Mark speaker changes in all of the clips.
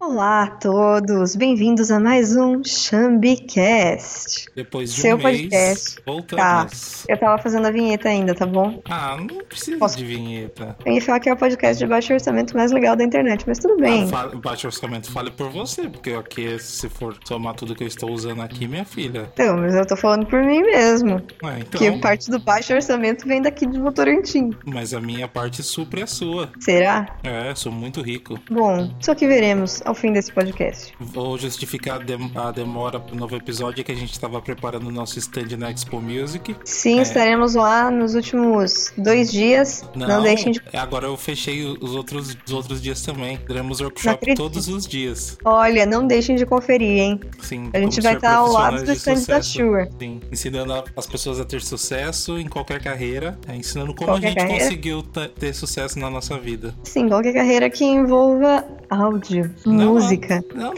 Speaker 1: Olá a todos, bem-vindos a mais um Chambicast.
Speaker 2: Depois de
Speaker 1: Seu
Speaker 2: um
Speaker 1: podcast. Tá.
Speaker 2: mês, voltamos.
Speaker 1: Eu tava fazendo a vinheta ainda, tá bom?
Speaker 2: Ah, não precisa
Speaker 1: Posso-
Speaker 2: de vinheta.
Speaker 1: Eu ia falar que é o podcast de baixo orçamento mais legal da internet, mas tudo
Speaker 2: Ah,
Speaker 1: bem.
Speaker 2: fala- bate o orçamento, fale por você, porque aqui, se for somar tudo que eu estou usando aqui, minha filha.
Speaker 1: Então, mas eu tô falando por mim mesmo.
Speaker 2: Ah, então,
Speaker 1: Que parte do baixo orçamento vem daqui de Votorantim.
Speaker 2: mas a minha parte supre a sua.
Speaker 1: Será?
Speaker 2: É, sou muito rico.
Speaker 1: Bom, só que veremos ao fim desse podcast.
Speaker 2: Vou justificar a, dem- a demora pro novo episódio que a gente estava preparando o nosso stand na Expo Music.
Speaker 1: Sim, estaremos lá nos últimos dois dias. Não, deixem de.
Speaker 2: é, agora eu fechei os outros, os outros dias também. Teremos
Speaker 1: Não
Speaker 2: workshop
Speaker 1: acredito.
Speaker 2: todos os dias.
Speaker 1: Olha, não deixem de conferir, hein?
Speaker 2: Sim,
Speaker 1: A gente
Speaker 2: como
Speaker 1: vai
Speaker 2: ser
Speaker 1: estar ao lado
Speaker 2: profissionais
Speaker 1: do
Speaker 2: um de
Speaker 1: stand da
Speaker 2: sucesso.
Speaker 1: Shure.
Speaker 2: Sim, ensinando a- as pessoas a ter sucesso em qualquer carreira, é, ensinando como
Speaker 1: Qualquer
Speaker 2: a gente
Speaker 1: carreira.
Speaker 2: conseguiu ta- ter sucesso na nossa vida.
Speaker 1: Sim, qualquer carreira que envolva áudio,
Speaker 2: Não,
Speaker 1: música,
Speaker 2: não, não.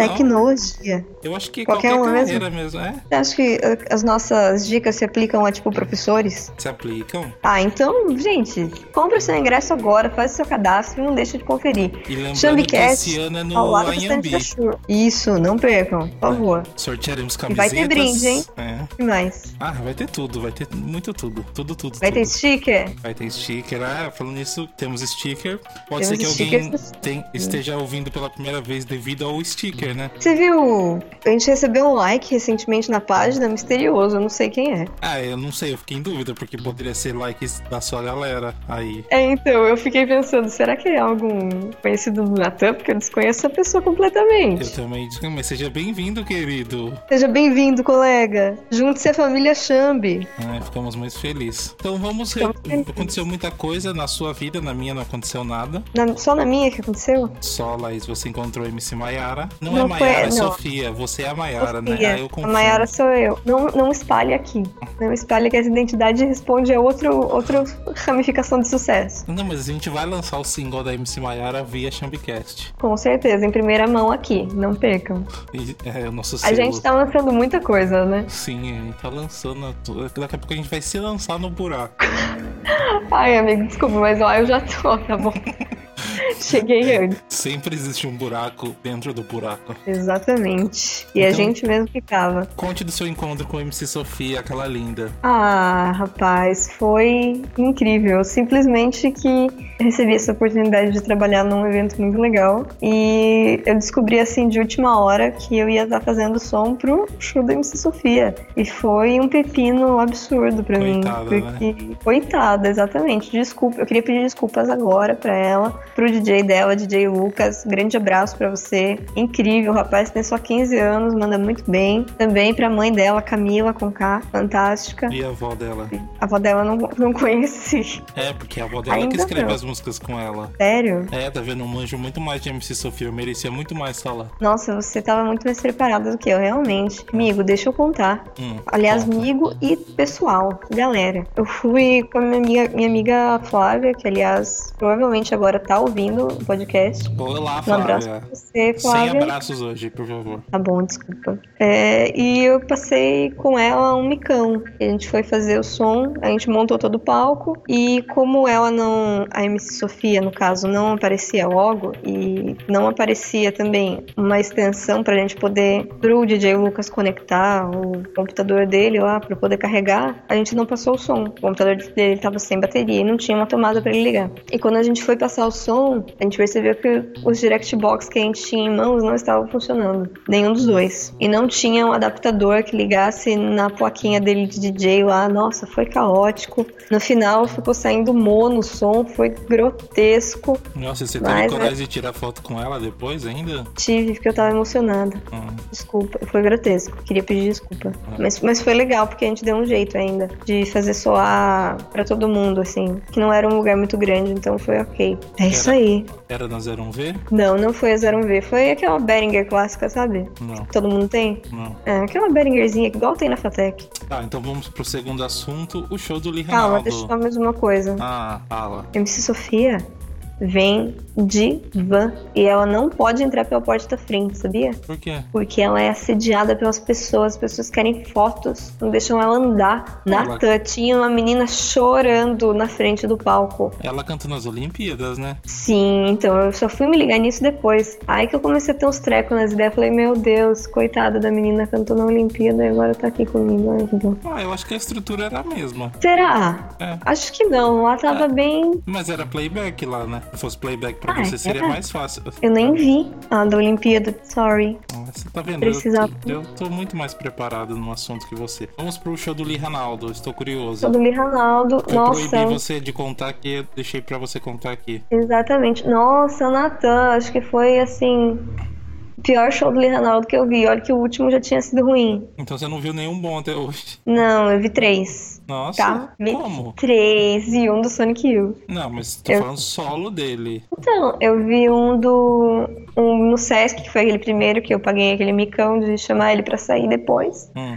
Speaker 1: tecnologia.
Speaker 2: Eu acho que
Speaker 1: Qualquer
Speaker 2: qualquer,
Speaker 1: uma mesmo.
Speaker 2: carreira mesmo, é,
Speaker 1: Você acha que uh, as nossas dicas se aplicam a, tipo, professores?
Speaker 2: se aplicam.
Speaker 1: Ah, então, gente, compra o seu ingresso agora, faz o seu cadastro e não deixa de conferir.
Speaker 2: E lembrando que
Speaker 1: Chambicast,
Speaker 2: esse ano é
Speaker 1: Ao
Speaker 2: no
Speaker 1: lado do stand
Speaker 2: Anhembi.
Speaker 1: da Shure. Isso, não percam, por favor.
Speaker 2: Sortearemos
Speaker 1: E vai ter
Speaker 2: camisetas.
Speaker 1: brinde, hein?
Speaker 2: É.
Speaker 1: O que mais?
Speaker 2: Ah, vai ter tudo, vai ter muito tudo. Tudo, tudo,
Speaker 1: Vai ter
Speaker 2: tudo.
Speaker 1: sticker?
Speaker 2: Vai ter sticker. Ah, falando nisso, temos sticker. Pode
Speaker 1: Temos
Speaker 2: ser que alguém
Speaker 1: stickers.
Speaker 2: tem- esteja ouvindo pela primeira vez devido ao sticker, né?
Speaker 1: Você viu? A gente recebeu um like recentemente na página, misterioso, eu não sei quem é.
Speaker 2: Ah, eu não sei, eu fiquei em dúvida, porque poderia ser likes da sua galera aí.
Speaker 1: É, então, eu fiquei pensando, será que é algum conhecido do Natan? Porque eu desconheço a pessoa completamente.
Speaker 2: Eu também digo, mas seja bem-vindo, querido.
Speaker 1: Seja bem-vindo, colega. Junte-se à família Chambi.
Speaker 2: Ah, ficamos muito felizes. Então vamos. re-
Speaker 1: Ficamos felizes.
Speaker 2: Aconteceu muita coisa na sua vida, na minha não aconteceu nada.
Speaker 1: Na- só na minha que aconteceu?
Speaker 2: Só, Laís, você encontrou MC Maiara. Não, é
Speaker 1: Não foi-
Speaker 2: Maiara, é
Speaker 1: não.
Speaker 2: Sofia. Você é a Maiara, né?
Speaker 1: Sofia,
Speaker 2: Ah, eu
Speaker 1: a
Speaker 2: confundo.
Speaker 1: Maiara sou eu. Não, não espalhe aqui. Não espalhe que essa identidade responde a outro, outra ramificação de sucesso.
Speaker 2: Não, mas a gente vai lançar o single da MC Maiara via Chambicast.
Speaker 1: Com certeza, em primeira mão aqui. Não percam.
Speaker 2: E- É o nosso
Speaker 1: A
Speaker 2: selo.
Speaker 1: gente tá lançando muita coisa, né?
Speaker 2: Sim, a gente tá lançando. tudo. Daqui a pouco a gente vai se lançar no buraco.
Speaker 1: Ai, amigo, desculpa, mas lá eu já tô, tá bom? Cheguei antes.
Speaker 2: Sempre existe um buraco dentro do buraco.
Speaker 1: Exatamente. E a
Speaker 2: Então-
Speaker 1: gente mesmo que tava.
Speaker 2: Conte do seu encontro com a MC Sofia, aquela linda.
Speaker 1: Ah, rapaz, foi incrível. Simplesmente que recebi essa oportunidade de trabalhar num evento muito legal e eu descobri assim de última hora que eu ia estar fazendo som pro show da MC Sofia e foi um pepino absurdo pra
Speaker 2: Coitada,
Speaker 1: mim,
Speaker 2: né?
Speaker 1: porque coitada, exatamente. Desculpa, eu queria pedir desculpas agora pra ela, pro DJ dela, DJ Lucas. Grande abraço pra você. Incrível, o rapaz tem só 15 anos, manda muito bem. Também pra mãe dela, Camila com K, fantástica.
Speaker 2: E a avó dela?
Speaker 1: A avó dela eu não, não conheci.
Speaker 2: É, porque a avó dela
Speaker 1: Ainda
Speaker 2: que escreve
Speaker 1: não.
Speaker 2: as músicas com ela.
Speaker 1: Sério?
Speaker 2: É, tá vendo? Eu manjo muito mais de MC Sofia, eu merecia muito mais falar.
Speaker 1: Nossa, você tava muito mais preparada do que eu, realmente. Amigo, deixa eu contar.
Speaker 2: Hum,
Speaker 1: Aliás,
Speaker 2: conta.
Speaker 1: amigo e pessoal, galera. Eu fui com a minha amiga, minha amiga Flávia, que aliás, provavelmente agora tá ouvindo o podcast.
Speaker 2: Olá,
Speaker 1: Um abraço pra
Speaker 2: Flávia.
Speaker 1: você,
Speaker 2: Sem
Speaker 1: Flávia.
Speaker 2: abraços hoje, por favor.
Speaker 1: Tá bom, desculpa. É, e eu passei com ela um micão. E A gente foi fazer o som, a gente montou todo o palco. E como ela não. A MC Sofia, no caso, não aparecia logo, e não aparecia também uma extensão pra gente poder, pro DJ Lucas conectar o computador dele lá, pra poder carregar, a gente não passou o som. O computador dele tava sem bateria e não tinha uma tomada pra ele ligar. E quando a gente foi passar o som, a gente percebeu que os direct box que a gente tinha em mãos não estavam funcionando. Nenhum dos dois. E não tinha um adaptador que ligasse na plaquinha dele de DJ lá. Nossa, foi caótico. No final ficou saindo mono o som, foi grotesco.
Speaker 2: Nossa, você teve
Speaker 1: Mas, é-
Speaker 2: coragem de tirar foto com ela depois ainda?
Speaker 1: Tive, porque eu tava emocionada.
Speaker 2: Hum,
Speaker 1: Desculpa, foi grotesco. Queria pedir desculpa. Mas, mas foi legal, porque a gente deu um jeito ainda de fazer soar pra todo mundo, assim. Que não era um lugar muito grande, então foi ok. É isso aí.
Speaker 2: era na 01V?
Speaker 1: Não, não foi a 01V. Foi aquela Behringer clássica, sabe?
Speaker 2: Não,
Speaker 1: Que todo mundo tem.
Speaker 2: não.
Speaker 1: É, aquela Behringerzinha que igual tem na Fatec.
Speaker 2: Tá, então vamos pro segundo assunto, o show do Lee
Speaker 1: Calma,
Speaker 2: Ronaldo.
Speaker 1: deixa eu falar mais uma coisa.
Speaker 2: Ah, fala.
Speaker 1: MC Sofia vem de van e ela não pode entrar pela porta da frente, sabia?
Speaker 2: Por quê?
Speaker 1: Porque ela é assediada pelas pessoas, as pessoas querem fotos, não deixam ela andar. Na
Speaker 2: Ela-
Speaker 1: TAN tinha uma menina chorando na frente do palco.
Speaker 2: Ela canta nas Olimpíadas, né?
Speaker 1: Sim, então eu só fui me ligar nisso depois. Aí que eu comecei a ter uns trecos nas ideias, falei, meu Deus, coitada da menina cantou na Olimpíada e agora tá aqui comigo. ai, que bom.
Speaker 2: Ah, eu acho que a estrutura era a mesma.
Speaker 1: Será?
Speaker 2: É.
Speaker 1: Acho que não, lá tava bem.
Speaker 2: Mas era playback lá, né? Se fosse playback pra
Speaker 1: Ah,
Speaker 2: você, seria
Speaker 1: era.
Speaker 2: mais fácil.
Speaker 1: Eu nem vi a da Olimpíada, sorry.
Speaker 2: Ah, Você tá vendo?
Speaker 1: Precisava.
Speaker 2: Eu, eu tô muito mais preparado no assunto que você. Vamos pro show do Lee Ronaldo, estou curioso.
Speaker 1: Sou do Lee Ronaldo,
Speaker 2: Eu
Speaker 1: nossa. um
Speaker 2: proibi você de contar aqui, eu deixei pra você contar aqui.
Speaker 1: Exatamente. Nossa, Natan, acho que foi assim. o Pior show do Lee Ronaldo que eu vi. Olha que o último já tinha sido ruim.
Speaker 2: Então você não viu nenhum bom até hoje.
Speaker 1: Não, eu vi três.
Speaker 2: Nossa,
Speaker 1: Tá? Me-
Speaker 2: como?
Speaker 1: Três e um do Sonic Youth.
Speaker 2: Não, mas tô
Speaker 1: Eu-
Speaker 2: falando solo dele.
Speaker 1: Então, eu vi um do. um no Sesc, que foi aquele primeiro que eu paguei aquele micão de chamar ele pra sair depois.
Speaker 2: Hum.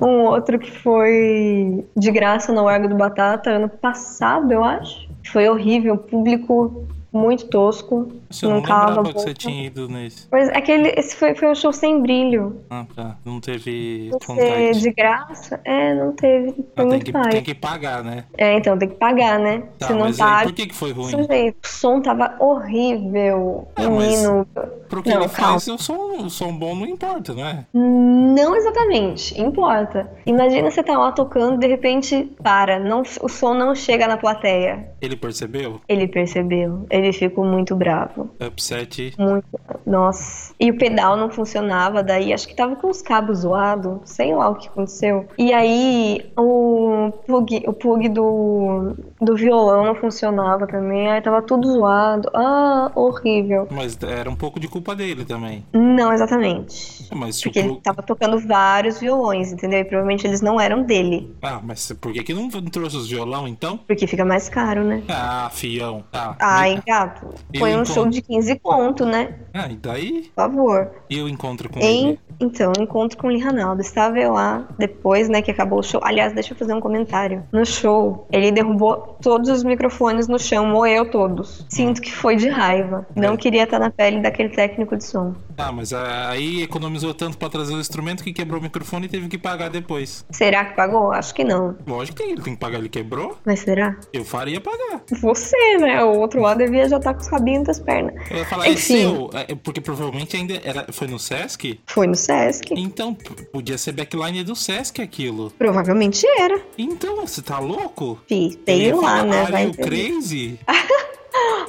Speaker 1: Um outro que foi de graça no Largo do Batata ano passado, eu acho. Foi horrível, público muito tosco.
Speaker 2: Você não,
Speaker 1: Não cala a
Speaker 2: lembrava que você
Speaker 1: boca.
Speaker 2: tinha ido nesse.
Speaker 1: Mas aquele, esse foi, foi um show sem brilho.
Speaker 2: Ah, tá. Não teve
Speaker 1: Você
Speaker 2: contact.
Speaker 1: de graça? É, não teve. Foi
Speaker 2: Ah, tem,
Speaker 1: muito
Speaker 2: que,
Speaker 1: mais.
Speaker 2: tem que pagar, né?
Speaker 1: É, então tem que pagar, né?
Speaker 2: Tá,
Speaker 1: Se não
Speaker 2: mas aí
Speaker 1: paga,
Speaker 2: por que, que foi ruim?
Speaker 1: sujeito. O som tava horrível.
Speaker 2: É, mas-
Speaker 1: menino.
Speaker 2: Pro que
Speaker 1: Não,
Speaker 2: ele
Speaker 1: calma.
Speaker 2: faz, o som, o som um bom não importa, né?
Speaker 1: Não exatamente, importa. Imagina você tá lá tocando, de repente para, não, o som não chega na plateia.
Speaker 2: Ele percebeu?
Speaker 1: Ele percebeu, ele ficou muito bravo,
Speaker 2: Upset.
Speaker 1: muito. Nossa. E o pedal não funcionava, daí acho que tava com os cabos zoados, sei lá o que aconteceu. E aí o plug, o plug do, do violão não funcionava também, aí tava tudo zoado. Ah, horrível.
Speaker 2: Mas era um pouco de culpa dele também.
Speaker 1: Não exatamente.
Speaker 2: Mas se o
Speaker 1: Porque ele
Speaker 2: plug-
Speaker 1: tava tocando vários violões, entendeu? E provavelmente eles não eram dele.
Speaker 2: Ah, mas por que, que não trouxe os violão então?
Speaker 1: Porque fica mais caro, né?
Speaker 2: Ah, fião. Tá.
Speaker 1: Ai, gato.
Speaker 2: E
Speaker 1: Foi
Speaker 2: o
Speaker 1: um
Speaker 2: encontro?
Speaker 1: show de 15 conto, né?
Speaker 2: Ah, e daí?
Speaker 1: Por favor.
Speaker 2: E o encontro com
Speaker 1: Em,
Speaker 2: ele?
Speaker 1: então, encontro com o Lee Ronaldo. Estava eu lá depois, né, que acabou o show. Aliás, deixa eu fazer um comentário. No show, ele derrubou todos os microfones no chão, moeu todos. Sinto que foi de raiva.
Speaker 2: É.
Speaker 1: Não queria estar na pele daquele técnico de som.
Speaker 2: Ah, mas ah, aí economizou tanto pra trazer o instrumento que quebrou o microfone e teve que pagar depois.
Speaker 1: Será que pagou? Acho que não.
Speaker 2: Lógico que ele tem que pagar, ele quebrou.
Speaker 1: Mas será?
Speaker 2: Eu faria pagar.
Speaker 1: Você, né? O outro lado devia já estar com os rabinhos das pernas.
Speaker 2: Eu ia falar, é
Speaker 1: Enfim.
Speaker 2: seu. É, Porque provavelmente ainda era, foi no Sesc.
Speaker 1: Foi no Sesc.
Speaker 2: Então, p- podia ser backline do Sesc aquilo.
Speaker 1: Provavelmente era.
Speaker 2: Então, você tá louco?
Speaker 1: Fih,
Speaker 2: Eu
Speaker 1: Tem
Speaker 2: ia
Speaker 1: lá,
Speaker 2: falar,
Speaker 1: né?
Speaker 2: "Are
Speaker 1: Vai
Speaker 2: you
Speaker 1: entender.
Speaker 2: crazy?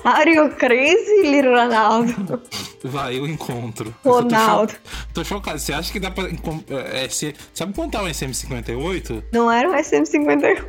Speaker 1: Are you crazy, little Ronaldo?
Speaker 2: Vai, eu encontro.
Speaker 1: Ronaldo.
Speaker 2: Eu Tô, cho- tô chocado. Você acha que dá pra. encom- é, é, se- sabe contar um SM58?
Speaker 1: Não era um SM51.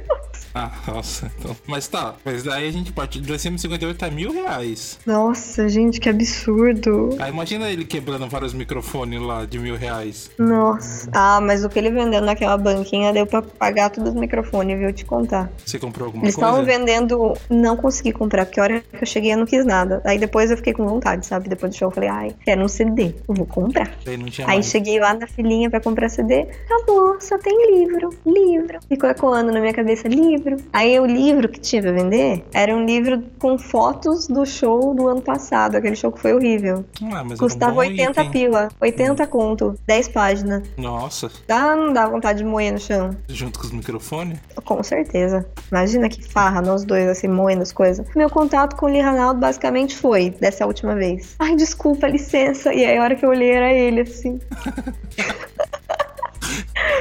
Speaker 2: Ah, nossa. Então. Mas tá, mas daí a gente parte do SM58 tá mil reais.
Speaker 1: Nossa, gente, que absurdo.
Speaker 2: Aí imagina ele quebrando vários microfones lá de mil reais.
Speaker 1: Nossa. Ah, mas o que ele vendeu naquela banquinha deu pra pagar todos os microfones, viu? Te contar.
Speaker 2: Você comprou alguma
Speaker 1: Eles
Speaker 2: coisa?
Speaker 1: estavam vendendo. Não consegui comprar, porque a hora que eu cheguei eu não quis nada. Aí depois eu fiquei com vontade, sabe? Depois do show eu falei, ai, quero um CD, eu vou comprar.
Speaker 2: Daí não tinha
Speaker 1: Aí
Speaker 2: mais.
Speaker 1: cheguei lá na filinha pra comprar CD, acabou, só tem livro, livro. Ficou ecoando na minha cabeça, livro. Aí o livro que tinha pra vender era um livro com fotos do show do ano passado, aquele show que foi horrível.
Speaker 2: Ah, mas era um
Speaker 1: Custava
Speaker 2: bom
Speaker 1: 80
Speaker 2: item.
Speaker 1: pila, 80 conto, 10 páginas.
Speaker 2: Nossa,
Speaker 1: Dá, não dá vontade de moer no chão?
Speaker 2: junto com os microfones?
Speaker 1: Com certeza. Imagina que farra, nós dois, assim, moendo as coisas. Meu contato com o Lee Ranaldo basicamente foi dessa última vez. Ai, desculpa, licença. E aí, a hora que eu olhei, era ele, assim.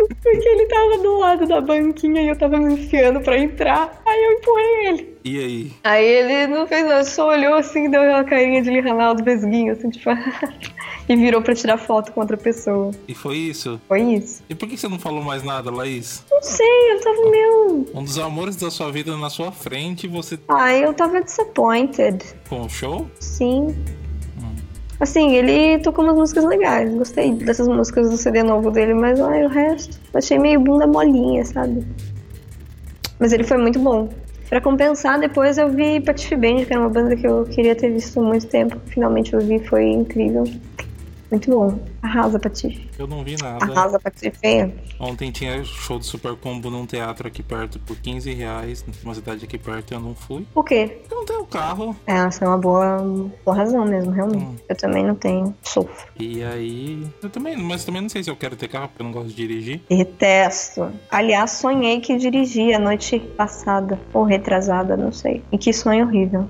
Speaker 1: Porque ele tava do lado da banquinha e eu tava me enfiando pra entrar. Aí eu empurrei ele.
Speaker 2: E aí?
Speaker 1: Aí ele não fez nada, só olhou assim, deu aquela carinha de Lee Ranaldo vesguinho, assim, tipo. e virou pra tirar foto com outra pessoa.
Speaker 2: E foi isso?
Speaker 1: Foi isso?
Speaker 2: E por que você não falou mais nada, Laís?
Speaker 1: Não sei, eu tava meio.
Speaker 2: Um dos amores da sua vida na sua frente e você
Speaker 1: Ai, eu tava disappointed.
Speaker 2: com o show?
Speaker 1: Sim. Assim, ele tocou umas músicas legais. Gostei dessas músicas do CD novo dele, mas ai, o resto eu achei meio bunda molinha, sabe? Mas ele foi muito bom. Pra compensar, depois eu vi é Patife Band, que era uma banda que eu queria ter visto há muito tempo. Finalmente eu vi, foi incrível. Muito bom. Arrasa, Patife.
Speaker 2: Eu não vi nada.
Speaker 1: Arrasa, Patife. Venha.
Speaker 2: Ontem tinha show do Super Combo num teatro aqui perto por 15 reais, numa cidade aqui perto, e eu não fui.
Speaker 1: O quê?
Speaker 2: Eu não tenho carro.
Speaker 1: É, essa é uma boa, boa razão mesmo, realmente. Eu também não tenho. Sofro.
Speaker 2: E aí. Eu também, mas também não sei se eu quero ter carro, porque eu não gosto de dirigir.
Speaker 1: Detesto. Aliás, sonhei que dirigi a noite passada. Ou retrasada, não sei. E que sonho horrível.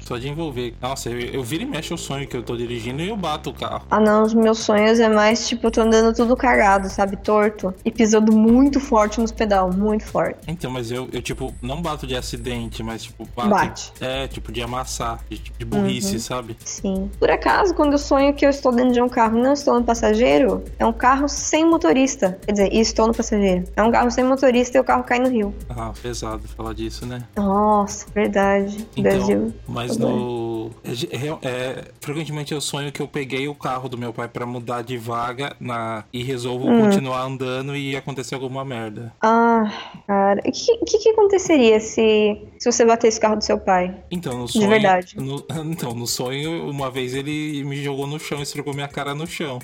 Speaker 2: Só de envolver. Nossa, eu, eu viro e mexo o sonho que eu tô dirigindo e eu bato o carro.
Speaker 1: Ah não, os meus sonhos é mais tipo, eu tô andando tudo cagado, sabe? Torto. E pisando muito forte nos pedal, muito forte.
Speaker 2: Então, mas eu, eu tipo, não bato de acidente, mas tipo, bato.
Speaker 1: Bate.
Speaker 2: É, tipo, de amassar, de, de burrice, sabe?
Speaker 1: Sim. Por acaso, quando eu sonho que eu estou dentro de um carro e não estou no passageiro, é um carro sem motorista. Quer dizer, e estou no passageiro. É um carro sem motorista e o carro cai no rio.
Speaker 2: Ah, pesado falar disso, né?
Speaker 1: Nossa, verdade.
Speaker 2: Então,
Speaker 1: Brasil.
Speaker 2: mas no. é- é- é, frequentemente eu sonho que eu peguei o carro do meu pai pra mudar de vaga na, e resolvo
Speaker 1: Hum.
Speaker 2: continuar andando e acontecer alguma merda.
Speaker 1: Ah, cara. O que, que, que aconteceria se, se você batesse o carro do seu pai?
Speaker 2: Então, no sonho.
Speaker 1: verdade.
Speaker 2: no- então, no sonho, uma vez ele me jogou no chão, estragou minha cara no chão.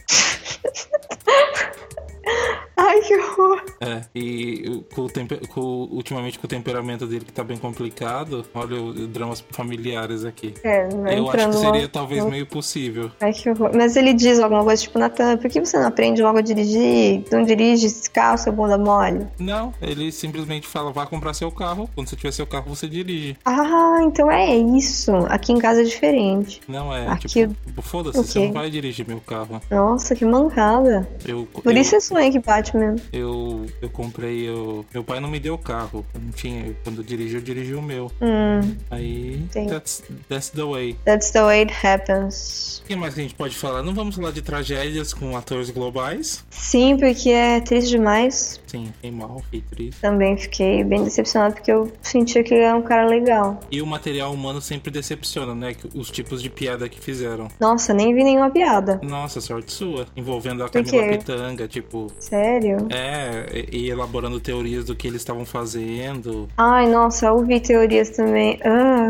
Speaker 1: Ai, que horror.
Speaker 2: É, e com o tempe- com- ultimamente com o temperamento dele que tá bem complicado, olha os dramas familiares aqui.
Speaker 1: É, vai
Speaker 2: Eu acho
Speaker 1: entrando
Speaker 2: que
Speaker 1: logo.
Speaker 2: seria talvez meio possível.
Speaker 1: Ai, que horror. Mas ele diz alguma coisa, tipo, Natan, por que você não aprende logo a dirigir? Não dirige esse carro, seu bunda mole?
Speaker 2: Não, ele simplesmente fala, vá comprar seu carro, quando você tiver seu carro você dirige.
Speaker 1: Ah, então é isso. Aqui em casa é diferente.
Speaker 2: Não é,
Speaker 1: Aqui-
Speaker 2: tipo, foda-se, você
Speaker 1: Ok.
Speaker 2: não vai dirigir meu carro.
Speaker 1: Nossa, que mancada.
Speaker 2: Eu,
Speaker 1: Por
Speaker 2: eu,
Speaker 1: isso é sonho que bate mesmo.
Speaker 2: eu, eu comprei, eu, meu pai não me deu o carro, eu não tinha, eu- quando eu dirigi, eu dirigi o meu.
Speaker 1: Hum,
Speaker 2: Aí,
Speaker 1: Sim.
Speaker 2: that's, that's the way.
Speaker 1: that's the way it happens.
Speaker 2: O que mais que a gente pode falar? Não vamos falar de tragédias com atores globais.
Speaker 1: Sim, porque é triste demais.
Speaker 2: Sim, fiquei mal, fiquei triste.
Speaker 1: Também fiquei bem decepcionada porque eu sentia que ele era um cara legal.
Speaker 2: E o material humano sempre decepciona, né? que- Os tipos de piada que fizeram.
Speaker 1: Nossa, nem vi nenhuma piada.
Speaker 2: Nossa, sorte sua. Envolvendo a
Speaker 1: Por
Speaker 2: Camila
Speaker 1: quê?
Speaker 2: Pitanga, tipo.
Speaker 1: Sério?
Speaker 2: É, e e elaborando teorias do que eles estavam fazendo.
Speaker 1: Ai, nossa, eu ouvi teorias também. Ah,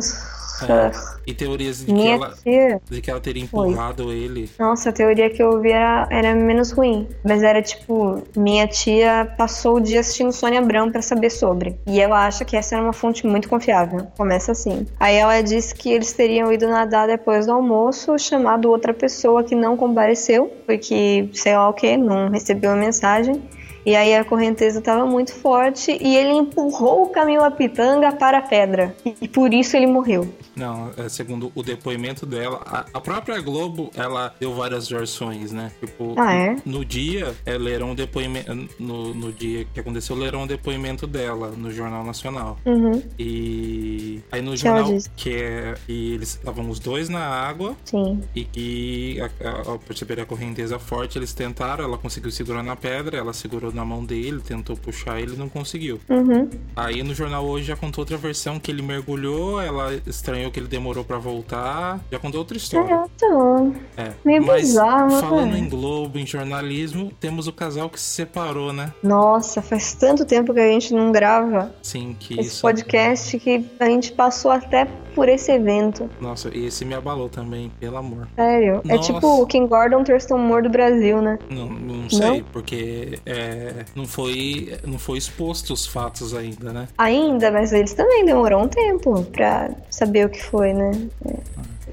Speaker 2: E teorias de que,
Speaker 1: minha
Speaker 2: É, ela,
Speaker 1: tia.
Speaker 2: de que ela teria empurrado ele.
Speaker 1: Nossa, a teoria que eu ouvi era, era menos ruim. Mas era tipo, minha tia passou o dia assistindo Sônia Abrão pra saber sobre. E ela acha que essa era uma fonte muito confiável. Começa assim. Aí ela disse que eles teriam ido nadar depois do almoço, chamado outra pessoa que não compareceu, porque sei lá o que, não recebeu a mensagem. E aí a correnteza estava muito forte e ele empurrou o Camila Pitanga para a pedra. E e por isso ele morreu.
Speaker 2: Não, é, segundo o depoimento dela, a, a própria Globo, ela deu várias versões, né? Tipo,
Speaker 1: Ah, é?
Speaker 2: no dia, é, leram um depoimento. No, no dia que aconteceu, leram um depoimento dela no Jornal Nacional.
Speaker 1: Uhum,
Speaker 2: E aí no
Speaker 1: Que ela
Speaker 2: jornal
Speaker 1: disse.
Speaker 2: que é e eles estavam os dois na água
Speaker 1: sim.
Speaker 2: e que a- a- ao perceber a correnteza forte eles tentaram, ela conseguiu segurar na pedra, ela segurou na mão dele, tentou puxar ele, não conseguiu.
Speaker 1: Uhum.
Speaker 2: Aí no jornal hoje já contou outra versão que ele mergulhou, ela estranhou que ele demorou pra voltar, já contou outra história.
Speaker 1: É, então.
Speaker 2: É.
Speaker 1: Meio
Speaker 2: Mas
Speaker 1: bizarro, né?
Speaker 2: falando em Globo, em jornalismo, temos o casal que se separou, né?
Speaker 1: Nossa, faz tanto tempo que a gente não grava
Speaker 2: Sim, que
Speaker 1: esse
Speaker 2: isso.
Speaker 1: podcast que a gente passou até por esse evento.
Speaker 2: Nossa, e esse me abalou também, pelo amor.
Speaker 1: Sério. É
Speaker 2: Nossa.
Speaker 1: tipo o King Gordon Thurston Moore do Brasil, né?
Speaker 2: Não, não sei, porque é, não, foi, não foi exposto os fatos ainda, né?
Speaker 1: Ainda, mas eles também demorou um tempo pra saber o que foi, né? É.
Speaker 2: Né?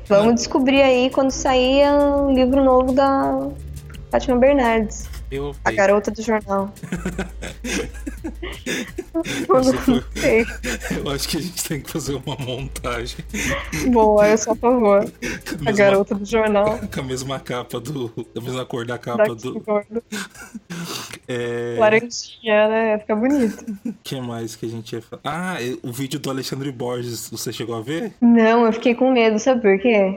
Speaker 1: Vamos descobrir aí quando sair o livro novo da Fátima Bernardes,
Speaker 2: Eu,
Speaker 1: A Garota do Jornal. Eu não sei.
Speaker 2: eu acho que a gente tem que fazer uma montagem
Speaker 1: Boa, eu sou a favor.
Speaker 2: com a
Speaker 1: A
Speaker 2: mesma,
Speaker 1: Garota do Jornal.
Speaker 2: com a mesma capa do. Da mesma cor da
Speaker 1: Da
Speaker 2: capa
Speaker 1: King
Speaker 2: do.
Speaker 1: Gordon.
Speaker 2: É,
Speaker 1: Laranjinha, né? Fica bonito.
Speaker 2: que mais que a gente ia falar? Ah, e o vídeo do Alexandre Borges, você chegou a ver? É,
Speaker 1: Não, eu fiquei com medo, sabe por quê?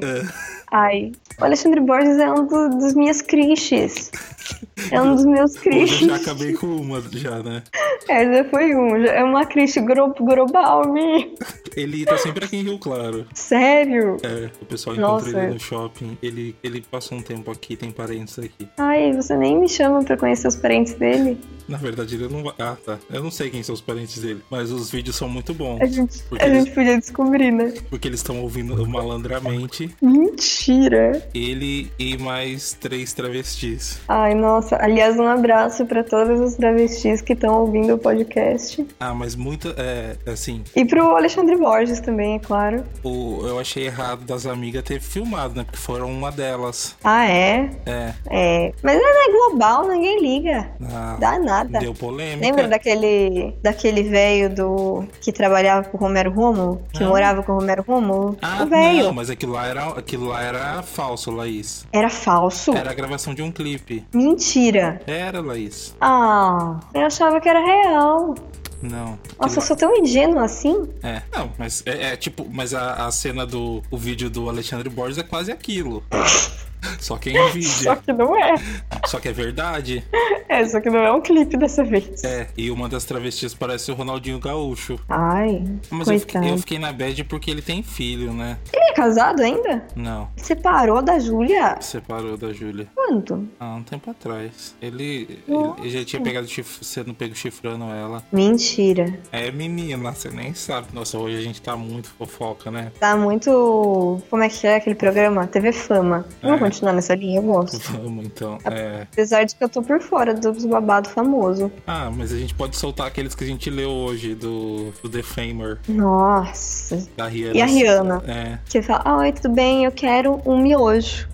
Speaker 1: Ai, o Alexandre Borges é um do- dos minhas crushes. É um dos meus
Speaker 2: Eu já
Speaker 1: crimes.
Speaker 2: acabei com uma já, né?
Speaker 1: É, já foi um. já- É uma crise glo- global, me.
Speaker 2: Ele tá sempre aqui em Rio Claro.
Speaker 1: Sério?
Speaker 2: É, o pessoal
Speaker 1: Nossa. é.
Speaker 2: encontra ele no shopping. Ele, ele passou um tempo aqui, tem parentes aqui.
Speaker 1: Ai, você nem me chama pra conhecer os parentes dele?
Speaker 2: Na verdade, ele não vai. Ah, tá. Eu não sei quem são os parentes dele, mas os vídeos são muito bons.
Speaker 1: A gente,
Speaker 2: Porque
Speaker 1: a
Speaker 2: eles-
Speaker 1: gente podia descobrir, né?
Speaker 2: Porque eles estão ouvindo malandramente
Speaker 1: Mentira!
Speaker 2: ele e mais três travestis.
Speaker 1: Ai, nossa. Aliás, um abraço pra todas as travestis que estão ouvindo o podcast.
Speaker 2: Ah, mas muito. É, assim,
Speaker 1: E pro Alexandre Borges também, é claro.
Speaker 2: o, eu achei errado das amigas ter filmado, né? Porque foram uma delas.
Speaker 1: Ah, é?
Speaker 2: É.
Speaker 1: É. Mas é global, ninguém liga.
Speaker 2: Ah,
Speaker 1: Dá nada.
Speaker 2: Deu polêmica.
Speaker 1: Lembra daquele daquele velho do que trabalhava com o Romero Romo, que
Speaker 2: Ah.
Speaker 1: morava com o Romero Romo?
Speaker 2: Ah,
Speaker 1: o velho
Speaker 2: não, mas aquilo lá, era, aquilo lá era falso, Laís.
Speaker 1: era falso.
Speaker 2: Era a gravação de um clipe.
Speaker 1: Mentira.
Speaker 2: Era, Laís.
Speaker 1: Ah, eu achava que era real.
Speaker 2: Não.
Speaker 1: Nossa, eu sou tão ingênua assim.
Speaker 2: É, não, mas é, é tipo, mas a, a cena do o vídeo do Alexandre Borges é quase aquilo. Só que é em vídeo.
Speaker 1: que não é.
Speaker 2: Só que é verdade.
Speaker 1: É, só que não é um clipe dessa vez.
Speaker 2: É, e uma das travestis parece o Ronaldinho Gaúcho.
Speaker 1: Ai,
Speaker 2: Mas eu fiquei,
Speaker 1: coitado.
Speaker 2: eu fiquei na bad porque ele tem filho, né?
Speaker 1: Ele é casado ainda?
Speaker 2: Não,
Speaker 1: Separou da Júlia?
Speaker 2: separou da Júlia
Speaker 1: Quanto?
Speaker 2: há um tempo atrás. Ele,
Speaker 1: Nossa.
Speaker 2: ele já tinha pegado chif- sendo pego chifrando ela.
Speaker 1: Mentira.
Speaker 2: É menina, você nem sabe. Nossa, hoje a gente tá muito fofoca, né?
Speaker 1: Tá muito. Como é que é aquele programa? TV Fama.
Speaker 2: É.
Speaker 1: Vamos continuar nessa linha, eu gosto.
Speaker 2: Vamos então. É.
Speaker 1: Apesar de que eu tô por fora dos babado famoso.
Speaker 2: Ah, mas a gente pode soltar aqueles que a gente leu hoje do, do The Famer,
Speaker 1: Nossa.
Speaker 2: da Rihanna.
Speaker 1: E a Rihanna?
Speaker 2: É.
Speaker 1: Que fala, ah, oi, tudo bem? Eu quero um miojo.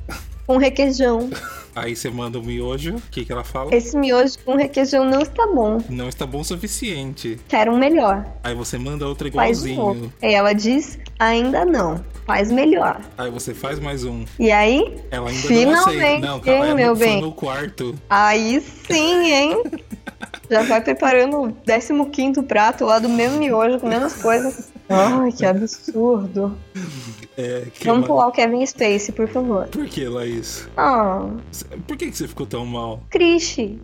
Speaker 1: Com requeijão.
Speaker 2: Aí você manda o miojo, o que, que ela fala?
Speaker 1: Esse miojo com requeijão não está bom.
Speaker 2: Não está bom o suficiente.
Speaker 1: Quero um melhor.
Speaker 2: Aí você manda outra
Speaker 1: Faz um
Speaker 2: igualzinho.
Speaker 1: outro. E ela diz, ainda não. Faz melhor.
Speaker 2: Aí você faz mais um.
Speaker 1: E aí?
Speaker 2: Ela ainda não aceita.
Speaker 1: Finalmente,
Speaker 2: Não, tá, é cara,
Speaker 1: hein,
Speaker 2: ela
Speaker 1: meu
Speaker 2: foi
Speaker 1: bem?
Speaker 2: no quarto.
Speaker 1: Aí sim, hein? Já vai preparando o 15 prato lá do mesmo miojo com menos coisa. Ai, que absurdo.
Speaker 2: É, que
Speaker 1: Vamos
Speaker 2: ma-
Speaker 1: pular o Kevin Spacey, por favor.
Speaker 2: Por que, Laís?
Speaker 1: Ah,
Speaker 2: C- Por que, que você ficou tão mal?
Speaker 1: Crishi.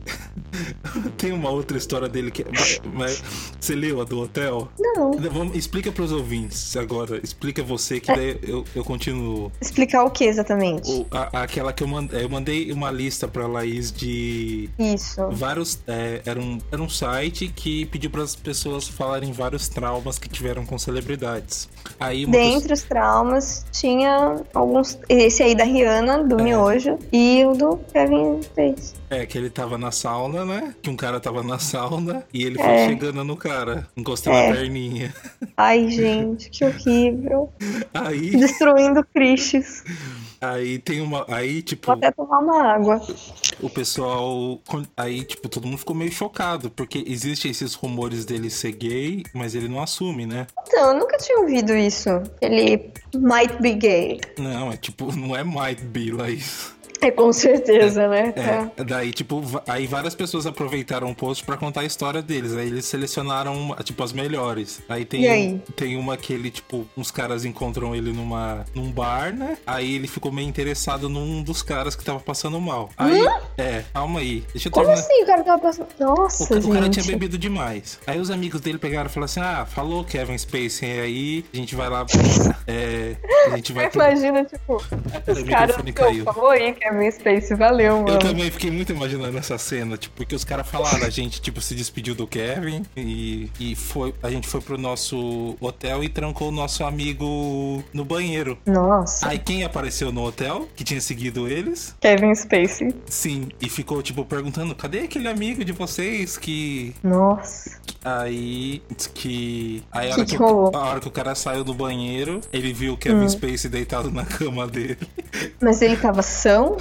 Speaker 2: Tem uma outra história dele que. mas- mas- Você leu a do hotel?
Speaker 1: Não.
Speaker 2: Vamos, explica pros ouvintes agora. Explica você, que daí eu, eu continuo.
Speaker 1: Explicar o que exatamente?
Speaker 2: O- a- aquela que eu mandei. Eu mandei uma lista pra Laís de
Speaker 1: Isso.
Speaker 2: vários. é, era, um, era um site que pediu pras pessoas falarem vários traumas que tiveram com celebridades. Aí uma pessoa-
Speaker 1: Dentre os traumas, tinha alguns. Esse aí da Rihanna, do Miojo, e o do Kevin Spacey.
Speaker 2: É, que ele tava na sauna, né? Que um cara tava na sauna e ele foi
Speaker 1: É.
Speaker 2: chegando no cara, encostando
Speaker 1: É.
Speaker 2: a perninha.
Speaker 1: Ai, gente, que horrível.
Speaker 2: Aí,
Speaker 1: Destruindo Criches.
Speaker 2: aí tem uma. Aí, tipo,
Speaker 1: Vou até tomar uma água.
Speaker 2: o pessoal. Aí, tipo, todo mundo ficou meio chocado, porque existem esses rumores dele ser gay, mas ele não assume, né?
Speaker 1: Então, eu nunca tinha ouvido isso. Ele might be gay.
Speaker 2: Não, é tipo, não é might be, Laís.
Speaker 1: É com certeza, né? Tá.
Speaker 2: É, daí, tipo, va- aí várias pessoas aproveitaram o post pra contar a história deles. Aí eles selecionaram, uma- tipo, as melhores. Aí tem, um,
Speaker 1: E aí?
Speaker 2: tem uma que ele, tipo, uns caras encontram ele numa, num bar, né? Aí ele ficou meio interessado num dos caras que tava passando mal. Aí, é, calma aí. Deixa eu
Speaker 1: Como
Speaker 2: terminar.
Speaker 1: assim o cara tava passando. Nossa,
Speaker 2: né? O, ca-
Speaker 1: gente.
Speaker 2: o cara tinha bebido demais. Aí os amigos dele pegaram e falaram assim: Ah, falou Kevin Spacey aí, a gente vai lá. É, a gente vai. pro-
Speaker 1: Imagina, tipo, os
Speaker 2: peraí, o
Speaker 1: caras.
Speaker 2: microfone
Speaker 1: pô,
Speaker 2: caiu.
Speaker 1: Falou aí, Kevin Spacey, valeu,
Speaker 2: Eu
Speaker 1: mano.
Speaker 2: também fiquei muito imaginando essa cena, tipo, porque os caras falaram, a gente, tipo, se despediu do Kevin e, e foi, a gente foi pro nosso hotel e trancou o nosso amigo no banheiro.
Speaker 1: Nossa,
Speaker 2: Aí quem apareceu no hotel, que tinha seguido eles,
Speaker 1: Kevin Spacey.
Speaker 2: sim, e ficou, tipo, perguntando, cadê aquele amigo de vocês que...
Speaker 1: Nossa.
Speaker 2: Aí, diz que... Aí a
Speaker 1: Que
Speaker 2: hora que,
Speaker 1: que
Speaker 2: o,
Speaker 1: rolou? Hum.
Speaker 2: a hora que o cara saiu do banheiro, ele viu o Kevin Spacey deitado na cama dele.
Speaker 1: Mas ele tava são?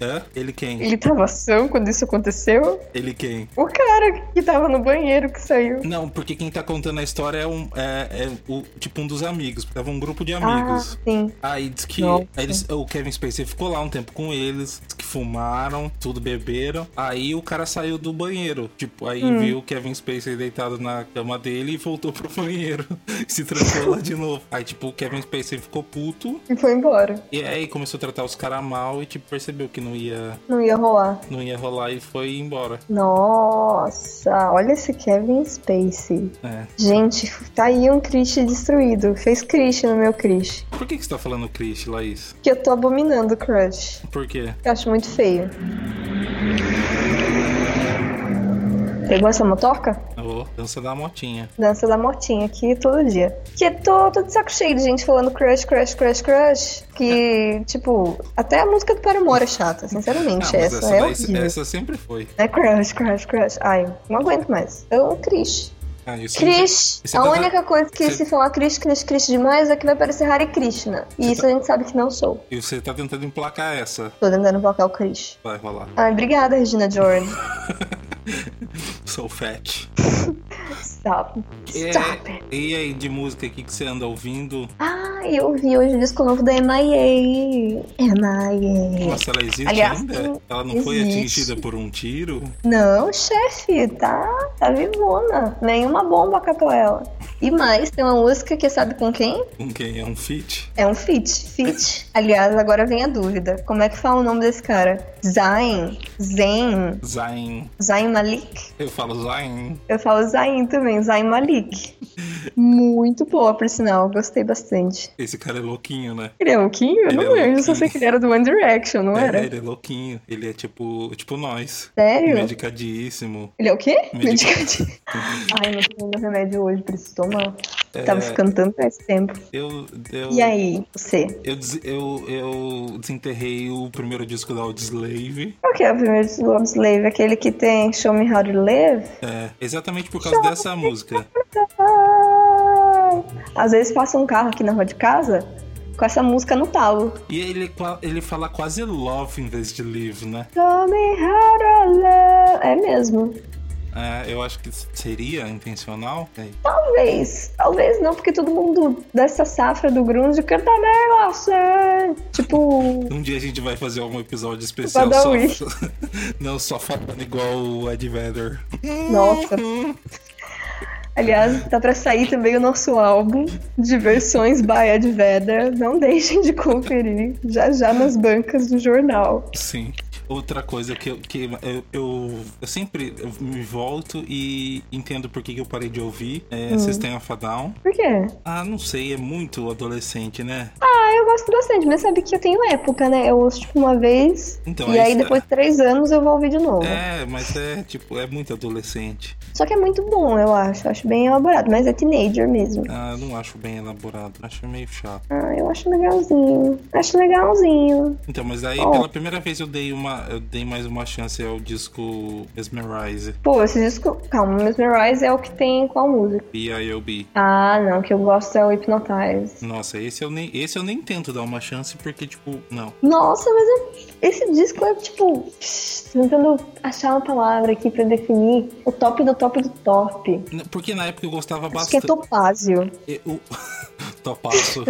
Speaker 2: Hã? Ele quem?
Speaker 1: Ele tava são quando isso aconteceu?
Speaker 2: Ele quem?
Speaker 1: O cara que tava no banheiro que saiu.
Speaker 2: Não, porque quem tá contando a história é um. É, é o, tipo um dos amigos. Tava um grupo de
Speaker 1: Ah,
Speaker 2: amigos.
Speaker 1: sim.
Speaker 2: Aí diz que
Speaker 1: Nossa.
Speaker 2: aí eles- o Kevin Spacey ficou lá um tempo com eles. Diz que fumaram, tudo beberam. Aí o cara saiu do banheiro. Tipo, aí
Speaker 1: Hum.
Speaker 2: viu o Kevin Spacey deitado na cama dele e voltou pro banheiro. Se trancou lá de novo. Aí, tipo, o Kevin Spacey ficou puto.
Speaker 1: E foi embora.
Speaker 2: E aí começou a tratar os caras mal e, tipo, percebeu que não ia,
Speaker 1: Não ia rolar.
Speaker 2: não ia rolar e foi embora.
Speaker 1: Nossa, olha esse Kevin Spacey.
Speaker 2: É.
Speaker 1: Gente, tá aí um Chris destruído. Fez Chris no meu Chris.
Speaker 2: Por que, que você tá falando Chris, Laís?
Speaker 1: Que eu tô abominando o Crush.
Speaker 2: Por quê?
Speaker 1: Eu acho muito feio. Pegou essa motoca?
Speaker 2: Ô, dança da motinha.
Speaker 1: Dança da mortinha aqui todo dia. Que tô, tô de saco cheio de gente falando crush, crush, crush, crush. Que, tipo, até a música do Paramore é chata, sinceramente.
Speaker 2: Ah, mas
Speaker 1: essa é
Speaker 2: daí-
Speaker 1: horrível.
Speaker 2: essa sempre foi.
Speaker 1: É crush, crush, crush. Ai, não aguento mais. É um Eu, Chris.
Speaker 2: Ah, isso
Speaker 1: Chris,
Speaker 2: Você
Speaker 1: a
Speaker 2: tá-
Speaker 1: única coisa que
Speaker 2: você-
Speaker 1: se falar Chris, Chris, Chris demais é que vai parecer Hare Krishna. E isso a gente sabe que não sou.
Speaker 2: E você tá tentando emplacar essa.
Speaker 1: Tô tentando colocar o Chris.
Speaker 2: Vai rolar.
Speaker 1: Ai, obrigada, Regina Jordan.
Speaker 2: Sou fat.
Speaker 1: Stop. Stop.
Speaker 2: É, e aí, de música, o que, que você anda ouvindo?
Speaker 1: Ah, eu vi hoje o disco novo da MIA. MIA.
Speaker 2: Nossa, ela existe
Speaker 1: É. Aliás,
Speaker 2: ainda? Ela não foi
Speaker 1: existe.
Speaker 2: atingida por um tiro?
Speaker 1: Não, chefe, tá, tá vivona. Nenhuma bomba catou ela. E mais, tem uma música que sabe com quem?
Speaker 2: Com quem? É um feat?
Speaker 1: É um feat. Feat. Aliás, agora vem a dúvida. Como é que fala o nome desse cara? Zayn? Zayn?
Speaker 2: Zayn.
Speaker 1: Zayn Malik?
Speaker 2: Eu falo Zayn.
Speaker 1: Eu falo Zayn também, Zayn Malik. Muito boa, por sinal. Gostei bastante.
Speaker 2: Esse cara é louquinho, né?
Speaker 1: Ele é louquinho? Eu
Speaker 2: Ele é
Speaker 1: não lembro, só
Speaker 2: louquinho.
Speaker 1: sei que ele era do One Direction, não
Speaker 2: É,
Speaker 1: era?
Speaker 2: ele é louquinho. Ele é tipo, tipo nós.
Speaker 1: Sério?
Speaker 2: Medicadíssimo.
Speaker 1: Ele é o quê?
Speaker 2: Medicado.
Speaker 1: Medicadinho. Ai, não tô tomando remédio hoje, preciso tomar.
Speaker 2: É.
Speaker 1: Tava ficando tanto faz tempo.
Speaker 2: Eu, eu,
Speaker 1: E aí, você?
Speaker 2: Eu, des- eu, eu desenterrei o primeiro disco da Audioslave.
Speaker 1: Qual que é o primeiro disco do Slave? Aquele que tem Show Me How to Live?
Speaker 2: É, exatamente por causa dessa música.
Speaker 1: Às vezes passa um carro aqui na rua de casa com essa música no talo.
Speaker 2: E ele, qua- ele fala quase love em vez de live, né?
Speaker 1: Show Me How to Live. É mesmo.
Speaker 2: É, eu acho que seria intencional. É,
Speaker 1: Talvez. Talvez não, porque todo mundo dessa safra do grunge canta negócio. né? Tipo...
Speaker 2: Um dia a gente vai fazer um episódio especial
Speaker 1: dar
Speaker 2: só.
Speaker 1: um
Speaker 2: Não, só falando igual o Ed Vedder.
Speaker 1: Nossa. Aliás, tá pra sair também o nosso álbum de versões by Ed Vedder. Não deixem de conferir já já nas bancas do jornal.
Speaker 2: Sim. Outra coisa que, eu, que eu, eu, eu sempre me volto e entendo por que, que eu parei de ouvir é
Speaker 1: Hum.
Speaker 2: System of a Down.
Speaker 1: Por quê?
Speaker 2: Ah, não sei, é muito adolescente, né?
Speaker 1: Ah, eu gosto bastante, mas sabe que eu tenho época, né? Eu ouço tipo uma vez
Speaker 2: Então,
Speaker 1: e
Speaker 2: é
Speaker 1: aí
Speaker 2: isso,
Speaker 1: depois de três anos eu vou ouvir de novo.
Speaker 2: É, mas é tipo, é muito adolescente.
Speaker 1: Só que é muito bom, eu acho. Eu acho bem elaborado, mas é teenager mesmo.
Speaker 2: Ah, eu não acho bem elaborado, acho meio chato.
Speaker 1: Ah, eu acho legalzinho. Acho legalzinho.
Speaker 2: Então, mas aí
Speaker 1: Oh.
Speaker 2: pela primeira vez eu dei uma, eu dei mais uma chance ao disco Mesmerize,
Speaker 1: Pô, esse disco. Calma, Mesmerize é o que tem com a música.
Speaker 2: B.I.O.B.
Speaker 1: Ah, não, o que eu gosto é o Hypnotize.
Speaker 2: Nossa, esse eu nem, esse eu nem tento dar uma chance porque tipo, não.
Speaker 1: Nossa, mas é- esse disco é tipo. psh, Tentando achar uma palavra aqui pra definir o top do top do top.
Speaker 2: N- Porque na época eu gostava
Speaker 1: Acho que é
Speaker 2: bastante.
Speaker 1: topázio.
Speaker 2: eu- O Topaço.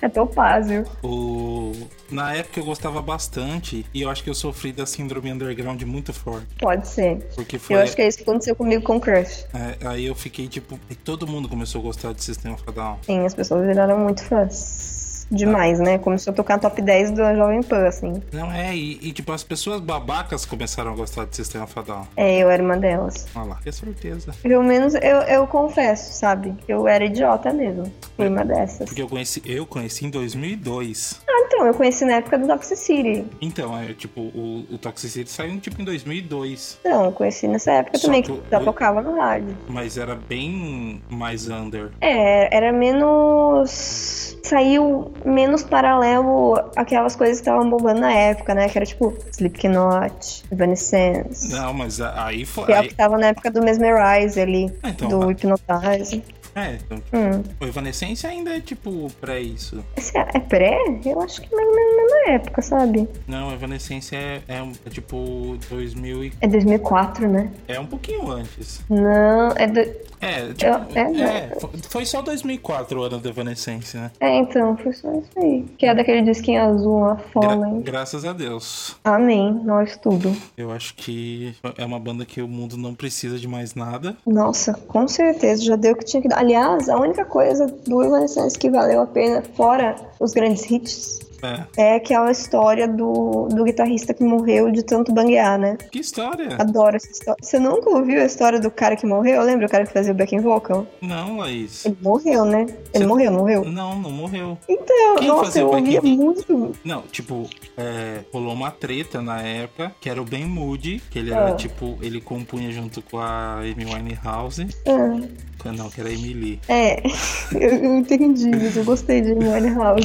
Speaker 1: É topázio.
Speaker 2: o na época eu gostava bastante e eu acho que eu sofri da síndrome underground muito forte,
Speaker 1: Pode ser.
Speaker 2: porque foi
Speaker 1: Eu acho que é isso que aconteceu comigo com o Crush.
Speaker 2: é, aí eu fiquei tipo, e todo mundo começou a gostar de System of a Down.
Speaker 1: Sim, as pessoas viraram muito fãs. Demais, né? Começou a tocar top 10 do Jovem Pan, assim.
Speaker 2: Não é, e, e, tipo, as pessoas babacas começaram a gostar de Sistema Fadal.
Speaker 1: É, eu era uma delas.
Speaker 2: Olha lá, que certeza.
Speaker 1: Pelo menos eu, eu confesso, sabe? Eu era idiota mesmo. Fui uma dessas.
Speaker 2: Porque eu conheci, eu conheci em 2002.
Speaker 1: Ah, então, eu conheci na época do Toxicity.
Speaker 2: Então, é, tipo, o, o Toxicity saiu, tipo, em 2002.
Speaker 1: Então, eu conheci nessa época
Speaker 2: Só
Speaker 1: também,
Speaker 2: que
Speaker 1: que
Speaker 2: eu-
Speaker 1: já
Speaker 2: eu-
Speaker 1: tocava no rádio.
Speaker 2: Mas era bem mais under.
Speaker 1: É, era menos. Saiu menos paralelo aquelas coisas que estavam bombando na época, né? Que era tipo Slipknot, Evanescence.
Speaker 2: Não, mas a- aí foi...
Speaker 1: Que é o
Speaker 2: Aí,
Speaker 1: que tava na época do Mesmerize ali,
Speaker 2: Ah, então,
Speaker 1: do
Speaker 2: ah.
Speaker 1: Hypnotize.
Speaker 2: É, então,
Speaker 1: Hum.
Speaker 2: o Evanescência ainda é tipo pré isso.
Speaker 1: Esse é é pré? Eu acho que mais ou menos na mesma época, sabe?
Speaker 2: Não, Evanescência é, é, um- é tipo 2000 e...
Speaker 1: É 2004, né?
Speaker 2: É um pouquinho antes.
Speaker 1: Não, é do...
Speaker 2: É, tipo,
Speaker 1: Eu- é, né?
Speaker 2: é, fo- foi só 2004 o ano da Evanescência, né?
Speaker 1: É, então, foi só isso aí. Que é daquele disquinho azul lá,
Speaker 2: Gra-
Speaker 1: Fallen.
Speaker 2: graças a Deus.
Speaker 1: Amém, nós tudo.
Speaker 2: Eu acho que é uma banda que o mundo não precisa de mais nada.
Speaker 1: Nossa, com certeza, já deu o que tinha que dar. Aliás, a única coisa do Evanescence que valeu a pena, fora os grandes hits,
Speaker 2: É.
Speaker 1: é aquela história do, do guitarrista que morreu de tanto banguear, né?
Speaker 2: Que história?
Speaker 1: Adoro essa história. Você nunca ouviu a história do cara que morreu? Lembra o cara que fazia o backing vocal?
Speaker 2: Não, Laís.
Speaker 1: Ele morreu, né? Ele
Speaker 2: Você-
Speaker 1: morreu, não morreu?
Speaker 2: Não, não morreu.
Speaker 1: Então,
Speaker 2: Quem
Speaker 1: nossa,
Speaker 2: fazia
Speaker 1: eu
Speaker 2: o
Speaker 1: ouvia
Speaker 2: backing
Speaker 1: muito.
Speaker 2: Não, tipo, é, rolou uma treta na época, que era o Ben Moody, que ele era
Speaker 1: Ah.
Speaker 2: tipo, ele compunha junto com a Amy Winehouse.
Speaker 1: Ah.
Speaker 2: Não, que era a Emily.
Speaker 1: É, eu, eu entendi isso, eu gostei de Amy House.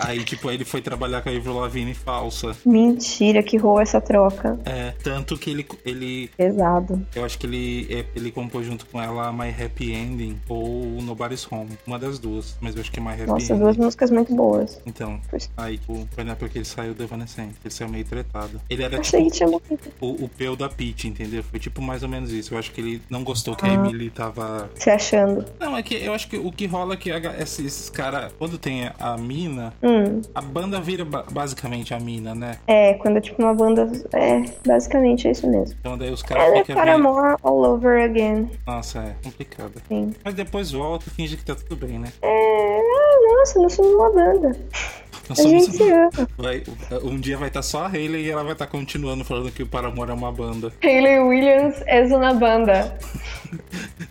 Speaker 2: Aí, tipo, aí ele foi trabalhar com a Avril Lavigne falsa.
Speaker 1: Mentira, que rola essa troca.
Speaker 2: É, tanto que ele, ele
Speaker 1: Pesado.
Speaker 2: Eu acho que ele, é, ele compôs junto com ela My Happy Ending ou Nobody's Home. Uma das duas, mas eu acho que é My Happy
Speaker 1: Nossa,
Speaker 2: Ending.
Speaker 1: duas músicas muito boas.
Speaker 2: Então,
Speaker 1: Pois-
Speaker 2: aí tipo, foi na época que ele saiu do Evanescence. Ele saiu meio tretado. Ele era
Speaker 1: Achei que
Speaker 2: tipo
Speaker 1: tinha morrido.
Speaker 2: o, o peu da Peach, entendeu? Foi tipo mais ou menos isso. Eu acho que ele não gostou
Speaker 1: Ah.
Speaker 2: que a Emily tava.
Speaker 1: Se achando.
Speaker 2: Não, é que eu acho que o que rola é que a ga- esses, esses caras, quando tem a mina,
Speaker 1: Hum,
Speaker 2: a banda vira ba- basicamente a mina, né?
Speaker 1: é, quando é tipo uma banda. É, basicamente é isso mesmo.
Speaker 2: Então daí os caras
Speaker 1: Ela é
Speaker 2: ficam meio-
Speaker 1: Paramore all over again,
Speaker 2: Nossa, é complicado.
Speaker 1: sim.
Speaker 2: Mas depois volta e finge que tá tudo bem, né?
Speaker 1: É, ah, nossa, nós somos uma banda.
Speaker 2: Nós
Speaker 1: A
Speaker 2: somos-
Speaker 1: gente se ama.
Speaker 2: Vai- um dia vai estar só a Hayley e ela vai estar continuando falando que o Paramore é uma banda.
Speaker 1: Hayley Williams é uma banda.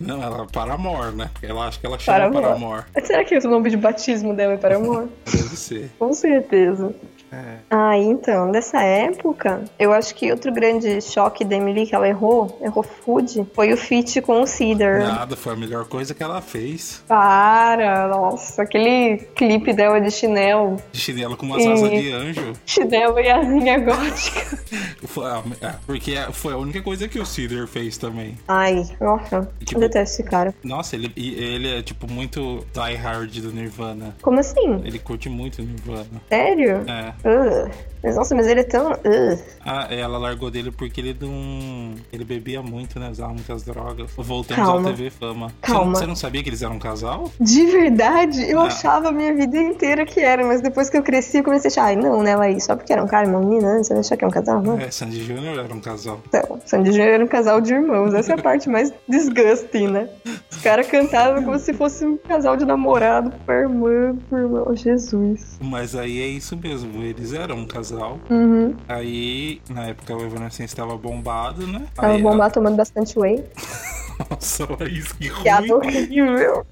Speaker 2: Não, ela é Paramore, né? Ela acha que ela chama
Speaker 1: Paramore.
Speaker 2: Paramore.
Speaker 1: Será que é o nome de batismo dela é Paramore?
Speaker 2: Deve ser.
Speaker 1: Com certeza.
Speaker 2: É.
Speaker 1: Ah, então, dessa época, eu acho que outro grande choque da Emily que ela errou, errou food, foi o feat com o Cedar.
Speaker 2: Nada, foi a melhor coisa que ela fez.
Speaker 1: Para, nossa, aquele clipe dela de chinelo,
Speaker 2: De chinelo com umas asas
Speaker 1: Sim.
Speaker 2: de anjo.
Speaker 1: chinelo e asinha gótica.
Speaker 2: Foi a- é, porque foi a única coisa que o Cedar fez também.
Speaker 1: Ai, nossa,
Speaker 2: Tipo-
Speaker 1: eu detesto esse cara.
Speaker 2: Nossa, ele, e ele é tipo muito die hard do Nirvana.
Speaker 1: Como assim?
Speaker 2: Ele curte muito o Nirvana.
Speaker 1: Sério?
Speaker 2: É.
Speaker 1: Ugh. Mas, nossa, mas ele é tão... ugh.
Speaker 2: Ah, ela largou dele porque ele não. Ele bebia muito, né? Usava muitas drogas. Voltamos
Speaker 1: Calma.
Speaker 2: ao TV Fama. Você não-
Speaker 1: Calma.
Speaker 2: Você não sabia que eles eram um casal?
Speaker 1: De verdade, eu
Speaker 2: Ah.
Speaker 1: achava a minha vida inteira que era, mas depois que eu cresci, eu comecei a achar, ai, não, né, Laís, só porque era um cara e uma menina, né, você vai achar que é um casal, não?
Speaker 2: É, Sandy Júnior era um casal.
Speaker 1: Então, Sandy Júnior era um casal de irmãos. Essa é a parte mais disgusting, né? Os caras cantavam como se fosse um casal de namorado pra irmã, pro irmão. Oh, Jesus.
Speaker 2: Mas aí é isso mesmo, eles eram um casal.
Speaker 1: Uhum.
Speaker 2: Aí, na época, o Evanescence tava bombado, né?
Speaker 1: Tava
Speaker 2: aí,
Speaker 1: bombar tomando bastante whey.
Speaker 2: Nossa, isso que ruim,
Speaker 1: Piada horrível.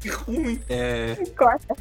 Speaker 2: que ruim. É,
Speaker 1: Corta.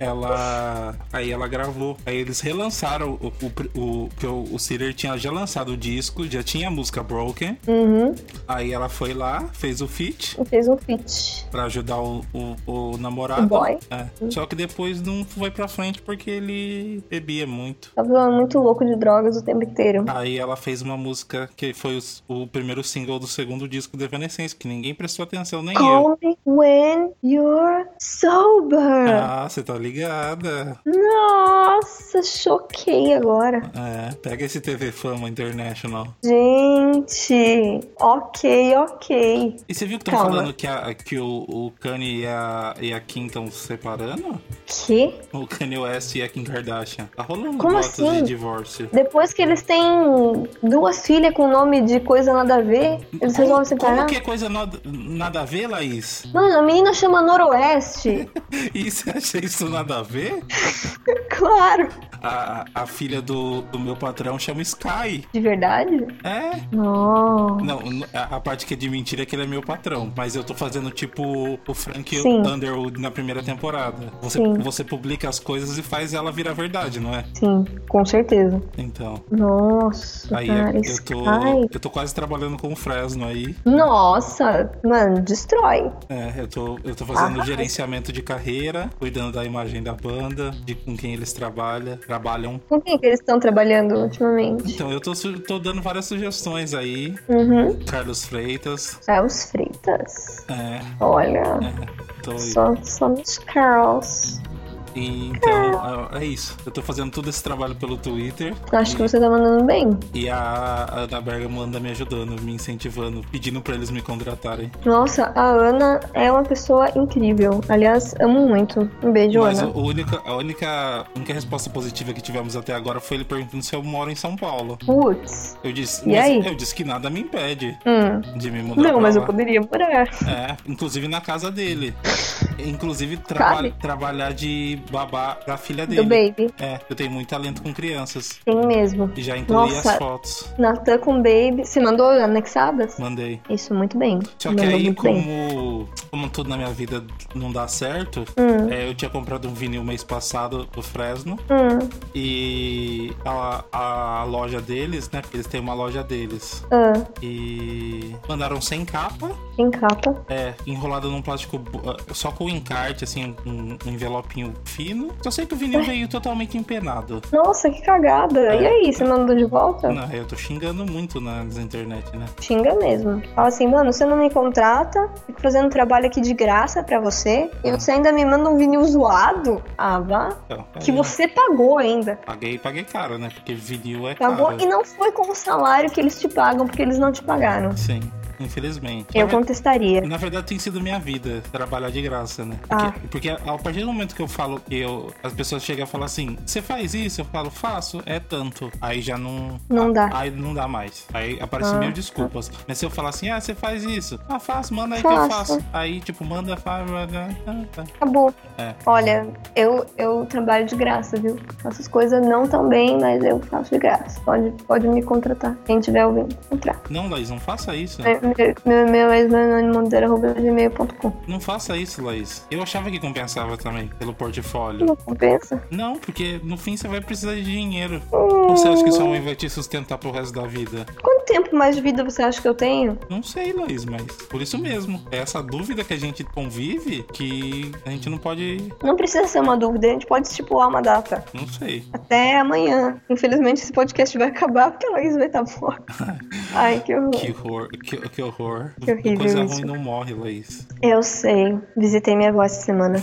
Speaker 2: ela... Aí ela gravou. Aí eles relançaram o... o, pr- o que o, o Cedar tinha já lançado o disco, já tinha a música Broken.
Speaker 1: Uhum.
Speaker 2: Aí ela foi lá, fez o feat
Speaker 1: E fez um feat.
Speaker 2: pra ajudar o, o, o namorado.
Speaker 1: O boy.
Speaker 2: É. Só que depois não foi pra frente porque ele bebia muito.
Speaker 1: Tava muito louco de drogas o tempo inteiro.
Speaker 2: Aí ela fez uma música que foi os- o primeiro single do segundo disco do Evanescence, que ninguém prestou atenção,
Speaker 1: Ah,
Speaker 2: nem eu.
Speaker 1: Call me when you're sober.
Speaker 2: Ah, você tá ligada.
Speaker 1: Nossa, choquei agora.
Speaker 2: É, pega esse TV Fama International.
Speaker 1: Gente, ok, ok.
Speaker 2: E você viu que estão
Speaker 1: Calma.
Speaker 2: falando que, a- que o, o Kanye e a, e a Kim estão se separando?
Speaker 1: Que?
Speaker 2: O Kanye West e a Kim Kardashian. Tá rolando
Speaker 1: Como
Speaker 2: votos
Speaker 1: assim?
Speaker 2: de divórcio.
Speaker 1: Depois que eles têm duas filhas com nome de coisa nada a ver, eles resolvem
Speaker 2: Como
Speaker 1: separar.
Speaker 2: que é coisa no- nada a ver, Laís?
Speaker 1: Mano, a menina chama Noroeste.
Speaker 2: E você acha isso nada a ver?
Speaker 1: claro.
Speaker 2: A, a filha do, do meu patrão chama Sky.
Speaker 1: De verdade?
Speaker 2: É,
Speaker 1: Não.
Speaker 2: Não, n- a a parte que é de mentira é que ele é meu patrão. Mas eu tô fazendo tipo o Frank
Speaker 1: Sim.
Speaker 2: Underwood na primeira temporada. Você,
Speaker 1: Sim.
Speaker 2: você publica as coisas e faz ela virar verdade, não é?
Speaker 1: Sim, com certeza.
Speaker 2: Então.
Speaker 1: Nossa,
Speaker 2: Aí
Speaker 1: cara,
Speaker 2: eu
Speaker 1: Sky.
Speaker 2: tô. Eu tô quase trabalhando com o Fresno aí.
Speaker 1: Nossa, mano, destrói.
Speaker 2: É, eu tô, eu tô fazendo
Speaker 1: Arrasa.
Speaker 2: gerenciamento de carreira, cuidando da imagem da banda, de com quem eles trabalham, trabalham.
Speaker 1: Com quem que eles estão trabalhando ultimamente?
Speaker 2: Então eu tô, su- tô dando várias sugestões aí.
Speaker 1: Uhum.
Speaker 2: Carlos Freitas.
Speaker 1: É os Freitas.
Speaker 2: É,
Speaker 1: Olha,
Speaker 2: é. Então,
Speaker 1: Só, só nos Carols.
Speaker 2: então é isso. Eu tô fazendo todo esse trabalho pelo Twitter.
Speaker 1: Acho que você tá mandando bem.
Speaker 2: E a a Ana Berga manda me ajudando, me incentivando, pedindo pra eles me contratarem.
Speaker 1: Nossa, a Ana é uma pessoa incrível. Aliás, amo muito. Um beijo,
Speaker 2: Mas a
Speaker 1: Ana.
Speaker 2: única, a, única, a única resposta positiva que tivemos até agora foi ele perguntando se eu moro em São Paulo.
Speaker 1: Putz.
Speaker 2: Eu disse,
Speaker 1: E
Speaker 2: mas
Speaker 1: aí?
Speaker 2: eu disse que nada me impede
Speaker 1: Hum.
Speaker 2: de me mudar.
Speaker 1: Não,
Speaker 2: pra
Speaker 1: mas eu
Speaker 2: lá.
Speaker 1: poderia morar.
Speaker 2: É, inclusive na casa dele. Inclusive traba-
Speaker 1: Sabe?
Speaker 2: trabalhar de babá da filha dele.
Speaker 1: Do Baby.
Speaker 2: É, eu tenho muito talento com crianças.
Speaker 1: Tem mesmo.
Speaker 2: E já incluí as
Speaker 1: Nossa.
Speaker 2: fotos.
Speaker 1: Natan com Baby. Você mandou anexadas?
Speaker 2: Mandei.
Speaker 1: Isso, muito bem.
Speaker 2: Só que
Speaker 1: mandou
Speaker 2: aí,
Speaker 1: muito bem.
Speaker 2: como, como tudo na minha vida não dá certo,
Speaker 1: Hum.
Speaker 2: é, eu tinha comprado um vinil mês passado do Fresno.
Speaker 1: Hum.
Speaker 2: E a, a loja deles, né? Porque eles têm uma loja deles.
Speaker 1: Ah,
Speaker 2: E mandaram sem capa.
Speaker 1: em capa.
Speaker 2: É, enrolado num plástico bo- ah, só com encarte, assim, um, um envelopinho fino. Só sei que o vinil veio totalmente empenado.
Speaker 1: Nossa, que cagada. E aí, você mandou de volta?
Speaker 2: Não, eu tô xingando muito nas internet, né?
Speaker 1: Xinga mesmo. Fala assim, mano, você não me contrata, fico fazendo trabalho aqui de graça pra você, e você ainda me manda um vinil zoado? Ah, vá.
Speaker 2: Então,
Speaker 1: Que
Speaker 2: aí,
Speaker 1: você pagou ainda.
Speaker 2: Paguei, paguei caro, né? Porque vinil é
Speaker 1: Pagou
Speaker 2: caro.
Speaker 1: Tá e não foi com o salário que eles te pagam, porque eles não te pagaram.
Speaker 2: Sim, infelizmente.
Speaker 1: Eu
Speaker 2: Na ver-
Speaker 1: contestaria.
Speaker 2: Na verdade tem sido minha vida, trabalhar de graça, né? Porque,
Speaker 1: Ah.
Speaker 2: porque a partir do momento que eu falo, que eu, as pessoas chegam a falar assim, você faz isso? Eu falo, faço, é tanto. Aí já não.
Speaker 1: Não dá.
Speaker 2: Aí não dá mais. Aí aparecem
Speaker 1: Ah.
Speaker 2: mil desculpas. Mas se eu falar assim, ah, você faz isso? Ah, faço, manda aí que eu
Speaker 1: Faço.
Speaker 2: faço. Aí, tipo, manda, faz. manda, ah, tá.
Speaker 1: Acabou.
Speaker 2: É.
Speaker 1: Olha, eu, eu trabalho de graça, viu? Faço as coisas não tão bem, mas eu faço de graça. Pode, pode me contratar. Quem tiver ouvindo, contrata.
Speaker 2: Não, Laís, não faça isso.
Speaker 1: Meu- Meu e-mail é esmanonimodeira.gmail.com.
Speaker 2: Não faça isso, Laís. Eu achava que compensava também pelo portfólio.
Speaker 1: Não compensa?
Speaker 2: Não, porque no fim você vai precisar de dinheiro. Ou Então você acha que é sua mãe vai te sustentar pro resto da vida?
Speaker 1: Hum, Quanto tempo mais de vida você acha que eu tenho?
Speaker 2: Não sei, Laís, mas por isso mesmo. É essa dúvida que a gente convive que a gente não pode.
Speaker 1: Não precisa ser uma dúvida, a gente pode estipular uma data.
Speaker 2: Não sei.
Speaker 1: Até amanhã. Infelizmente, esse podcast vai acabar porque a Laís vai estar morta. Ai, que horror.
Speaker 2: Que horror. Que, que horror.
Speaker 1: Que horrível
Speaker 2: Coisa
Speaker 1: isso.
Speaker 2: ruim não morre, Laís.
Speaker 1: Eu sei. Visitei minha avó essa semana.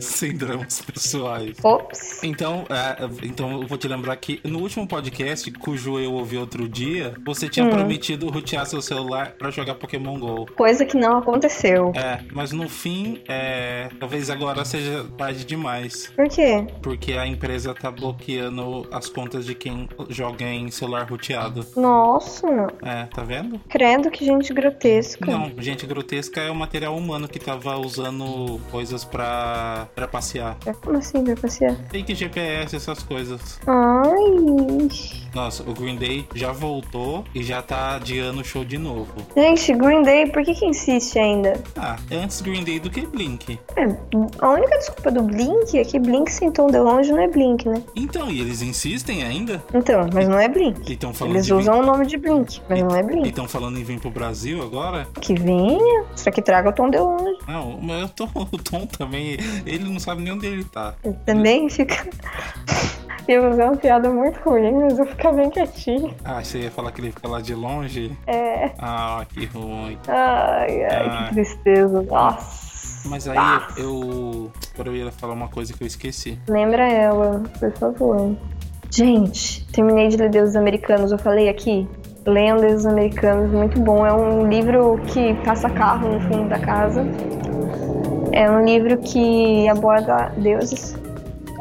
Speaker 2: Sem dramas pessoais.
Speaker 1: Ops.
Speaker 2: Então, é, então eu vou te lembrar que no último podcast, cujo eu ouvi outro dia, você tinha
Speaker 1: Hum.
Speaker 2: prometido rotear seu celular pra jogar Pokémon GO.
Speaker 1: Coisa que não aconteceu.
Speaker 2: É, mas no fim, é, talvez agora seja tarde demais,
Speaker 1: Por quê?
Speaker 2: porque a empresa tá bloqueando as contas de quem joga em celular roteado.
Speaker 1: Nossa,
Speaker 2: É, tá vendo?
Speaker 1: credo que gente grotesca.
Speaker 2: Não, gente grotesca é o material humano que tava usando coisas pra, pra passear.
Speaker 1: Como assim, vai passear?
Speaker 2: Fake GPS, essas coisas.
Speaker 1: Ai.
Speaker 2: Nossa, o Green Day já voltou e já tá adiando o show de novo.
Speaker 1: Gente, Green Day, por que que insiste ainda?
Speaker 2: Ah, antes Green Day do que Blink.
Speaker 1: É, a única desculpa do Blink é que Blink sem tom de longe não é Blink, né?
Speaker 2: Então, e eles insistem ainda?
Speaker 1: Então, mas não é Blink.
Speaker 2: E estão falando
Speaker 1: Eles
Speaker 2: de
Speaker 1: usam o nome de Blink, mas não é
Speaker 2: E
Speaker 1: Blink.
Speaker 2: estão falando em vir pro Brasil agora?
Speaker 1: Que venha, só que traga o Tom DeLonge.
Speaker 2: Não, mas eu tô, o Tom também, ele não sabe nem onde ele tá.
Speaker 1: Também fica... Eu vou usar uma piada muito ruim, mas eu vou ficar bem quietinho.
Speaker 2: Ah, você ia falar que ele fica lá de longe?
Speaker 1: É...
Speaker 2: Ah, que ruim.
Speaker 1: Ai, ai,
Speaker 2: Ah.
Speaker 1: que tristeza. Nossa.
Speaker 2: Mas aí
Speaker 1: Ah.
Speaker 2: eu. Agora eu ia falar uma coisa que eu esqueci.
Speaker 1: Lembra ela, por favor. Gente, terminei de ler Deuses Americanos, eu falei aqui. Leiam Deuses Americanos, muito bom. É um livro que passa carro no fundo da casa. É um livro que aborda deuses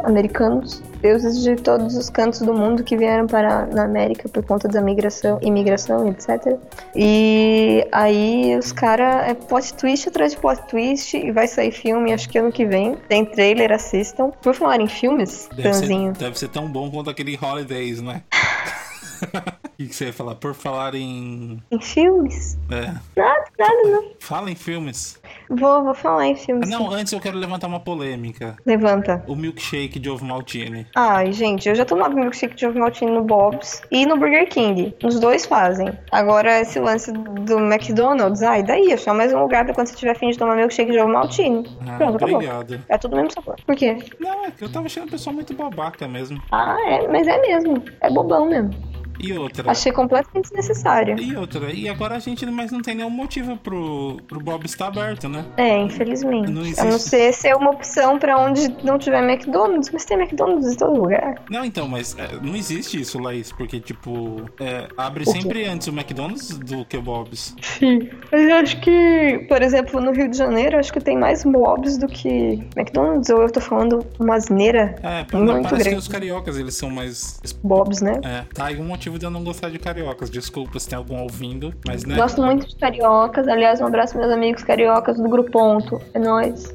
Speaker 1: americanos, deuses de todos os cantos do mundo que vieram para na América por conta da migração, imigração, etc. E aí os caras é plot twist atrás de plot twist e vai sair filme, acho que ano que vem. Tem trailer, assistam. Por falar em filmes,
Speaker 2: Deve
Speaker 1: Tanzinho.
Speaker 2: ser, deve ser tão bom quanto aquele Holidays, né? O que que você ia falar? Por falar em.
Speaker 1: Em filmes?
Speaker 2: É,
Speaker 1: Nada, nada, não.
Speaker 2: fala em filmes.
Speaker 1: Vou, vou falar em
Speaker 2: Ah,
Speaker 1: filmes.
Speaker 2: Não, antes eu quero levantar uma polêmica.
Speaker 1: Levanta.
Speaker 2: O milkshake de ovo maltine.
Speaker 1: Ai, gente, eu já tomava milkshake de ovo maltine no Bob's e no Burger King. Os dois fazem. Agora, esse lance do McDonald's, ai, daí, é só mais um lugar pra quando você tiver afim de tomar milkshake de ovo maltine.
Speaker 2: Ah,
Speaker 1: Pronto, acabou.
Speaker 2: obrigado.
Speaker 1: É tudo o mesmo sabor. Por quê?
Speaker 2: Não, é que eu tava achando o pessoal muito babaca mesmo.
Speaker 1: Ah, é, mas é mesmo. É bobão mesmo.
Speaker 2: E outra.
Speaker 1: Achei completamente desnecessário.
Speaker 2: E outra, e agora a gente mas não tem nenhum motivo pro, pro Bob estar aberto, né?
Speaker 1: É, infelizmente.
Speaker 2: Não
Speaker 1: A não
Speaker 2: existe.
Speaker 1: ser se é uma opção pra onde não tiver McDonald's, mas tem McDonald's em todo lugar.
Speaker 2: Não, então, mas é, não existe isso, Laís, porque, tipo, é, abre
Speaker 1: quê?
Speaker 2: sempre antes o McDonald's do que o Bob's.
Speaker 1: Mas eu acho que, por exemplo, no Rio de Janeiro, eu acho que tem mais mobs do que McDonald's, ou eu tô falando uma asneira.
Speaker 2: É,
Speaker 1: Muito
Speaker 2: parece que
Speaker 1: grande.
Speaker 2: os cariocas, eles são mais...
Speaker 1: Bobs, né?
Speaker 2: É, tá aí um motivo de eu não gostar de cariocas. Desculpa se tem algum ouvindo, mas, né?
Speaker 1: Gosto muito de cariocas. Aliás, um abraço meus amigos cariocas do Grupo Ponto. É nóis.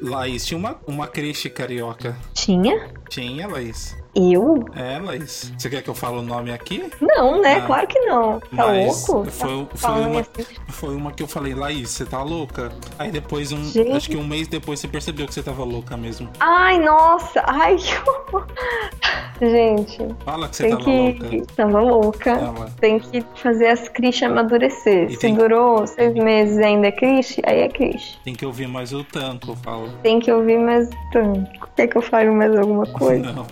Speaker 2: Laís, tinha uma, uma creche carioca.
Speaker 1: Tinha?
Speaker 2: Tinha, Laís?
Speaker 1: Eu?
Speaker 2: É, Laís. Você quer que eu fale o nome aqui?
Speaker 1: Não, né?
Speaker 2: Ah.
Speaker 1: Claro que não. Tá
Speaker 2: Mas
Speaker 1: louco?
Speaker 2: foi-
Speaker 1: tá
Speaker 2: foi
Speaker 1: falando
Speaker 2: uma-
Speaker 1: assim.
Speaker 2: Foi uma que eu falei, Laís, você tá louca? Aí depois, um,
Speaker 1: Gente.
Speaker 2: acho que um mês depois, você percebeu que você tava louca mesmo.
Speaker 1: Ai, nossa. Ai, que horror. Gente,
Speaker 2: Fala que você
Speaker 1: tem
Speaker 2: tava
Speaker 1: que.
Speaker 2: louca.
Speaker 1: Tava louca.
Speaker 2: Ela.
Speaker 1: Tem que fazer as Krish amadurecer.
Speaker 2: E
Speaker 1: Se
Speaker 2: tem-
Speaker 1: durou seis meses e ainda é Krish, aí é Krish.
Speaker 2: Tem que ouvir mais o tanto, fala.
Speaker 1: Tem que ouvir mais tanto. Quer que eu fale mais alguma coisa?
Speaker 2: Não.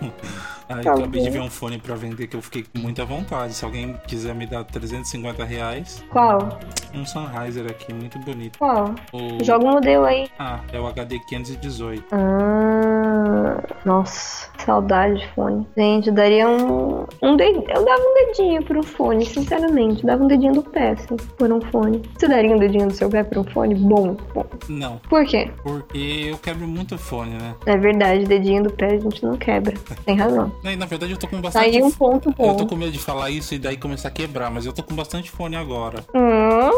Speaker 2: Aí
Speaker 1: Tá
Speaker 2: acabei de
Speaker 1: bom.
Speaker 2: ver um fone pra vender que eu fiquei com muita vontade. Se alguém quiser me dar 350 reais,
Speaker 1: Qual?
Speaker 2: um Sennheiser aqui, muito bonito.
Speaker 1: Qual?
Speaker 2: O...
Speaker 1: Joga o modelo aí.
Speaker 2: Ah, é o HD 518.
Speaker 1: Ah, nossa, saudade de fone. Gente, eu daria um. um de... Eu dava um dedinho por um fone, sinceramente. Dava um dedinho do pé, assim, por um fone. Você daria um dedinho do seu pé por um fone? Bom, bom.
Speaker 2: Não,
Speaker 1: Por quê?
Speaker 2: porque eu quebro muito fone, né?
Speaker 1: É verdade, dedinho do pé a gente não quebra. Tem razão.
Speaker 2: Na- Na verdade, eu tô com bastante.
Speaker 1: Aí um ponto
Speaker 2: Eu
Speaker 1: bom.
Speaker 2: tô com medo de falar isso e daí começar a quebrar, mas eu tô com bastante fone agora.
Speaker 1: Hum,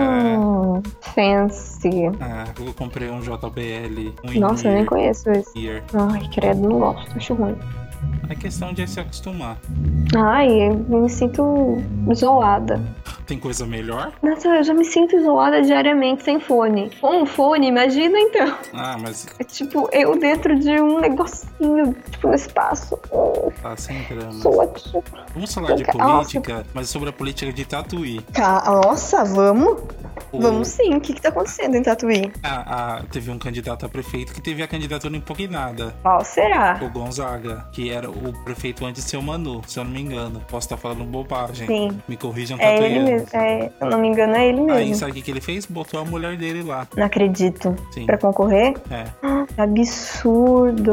Speaker 2: É.
Speaker 1: fancy.
Speaker 2: Ah, eu comprei um JBL, um
Speaker 1: Nossa, eu nem
Speaker 2: in-ear,
Speaker 1: conheço esse.
Speaker 2: ear.
Speaker 1: Ai, credo, não gosto, acho ruim.
Speaker 2: É questão de se acostumar.
Speaker 1: Ai, eu me sinto isolada.
Speaker 2: Tem coisa melhor?
Speaker 1: Nossa, eu já me sinto isolada diariamente sem fone. Com um fone, imagina então.
Speaker 2: Ah, mas
Speaker 1: É tipo, eu dentro de um negocinho, tipo, no espaço. Oh,
Speaker 2: tá sem grana.
Speaker 1: sou aqui.
Speaker 2: Vamos falar de
Speaker 1: Nunca- Nossa.
Speaker 2: política, mas sobre a política de Tatuí.
Speaker 1: Tá, nossa, vamos?
Speaker 2: O-
Speaker 1: Vamos sim. O que que tá acontecendo em Tatuí?
Speaker 2: a- a- teve um candidato a prefeito que teve a candidatura impugnada,
Speaker 1: Qual será?
Speaker 2: o Gonzaga, que era o prefeito antes de ser o Manu, se eu não me engano. Posso estar falando bobagem.
Speaker 1: Sim.
Speaker 2: Me corrijam
Speaker 1: É ele
Speaker 2: tatuianos.
Speaker 1: mesmo. É, se eu não me engano, é ele
Speaker 2: Aí
Speaker 1: mesmo.
Speaker 2: sabe o que que ele fez? Botou a mulher dele lá.
Speaker 1: Não acredito.
Speaker 2: Sim.
Speaker 1: Pra concorrer?
Speaker 2: É.
Speaker 1: Que absurdo.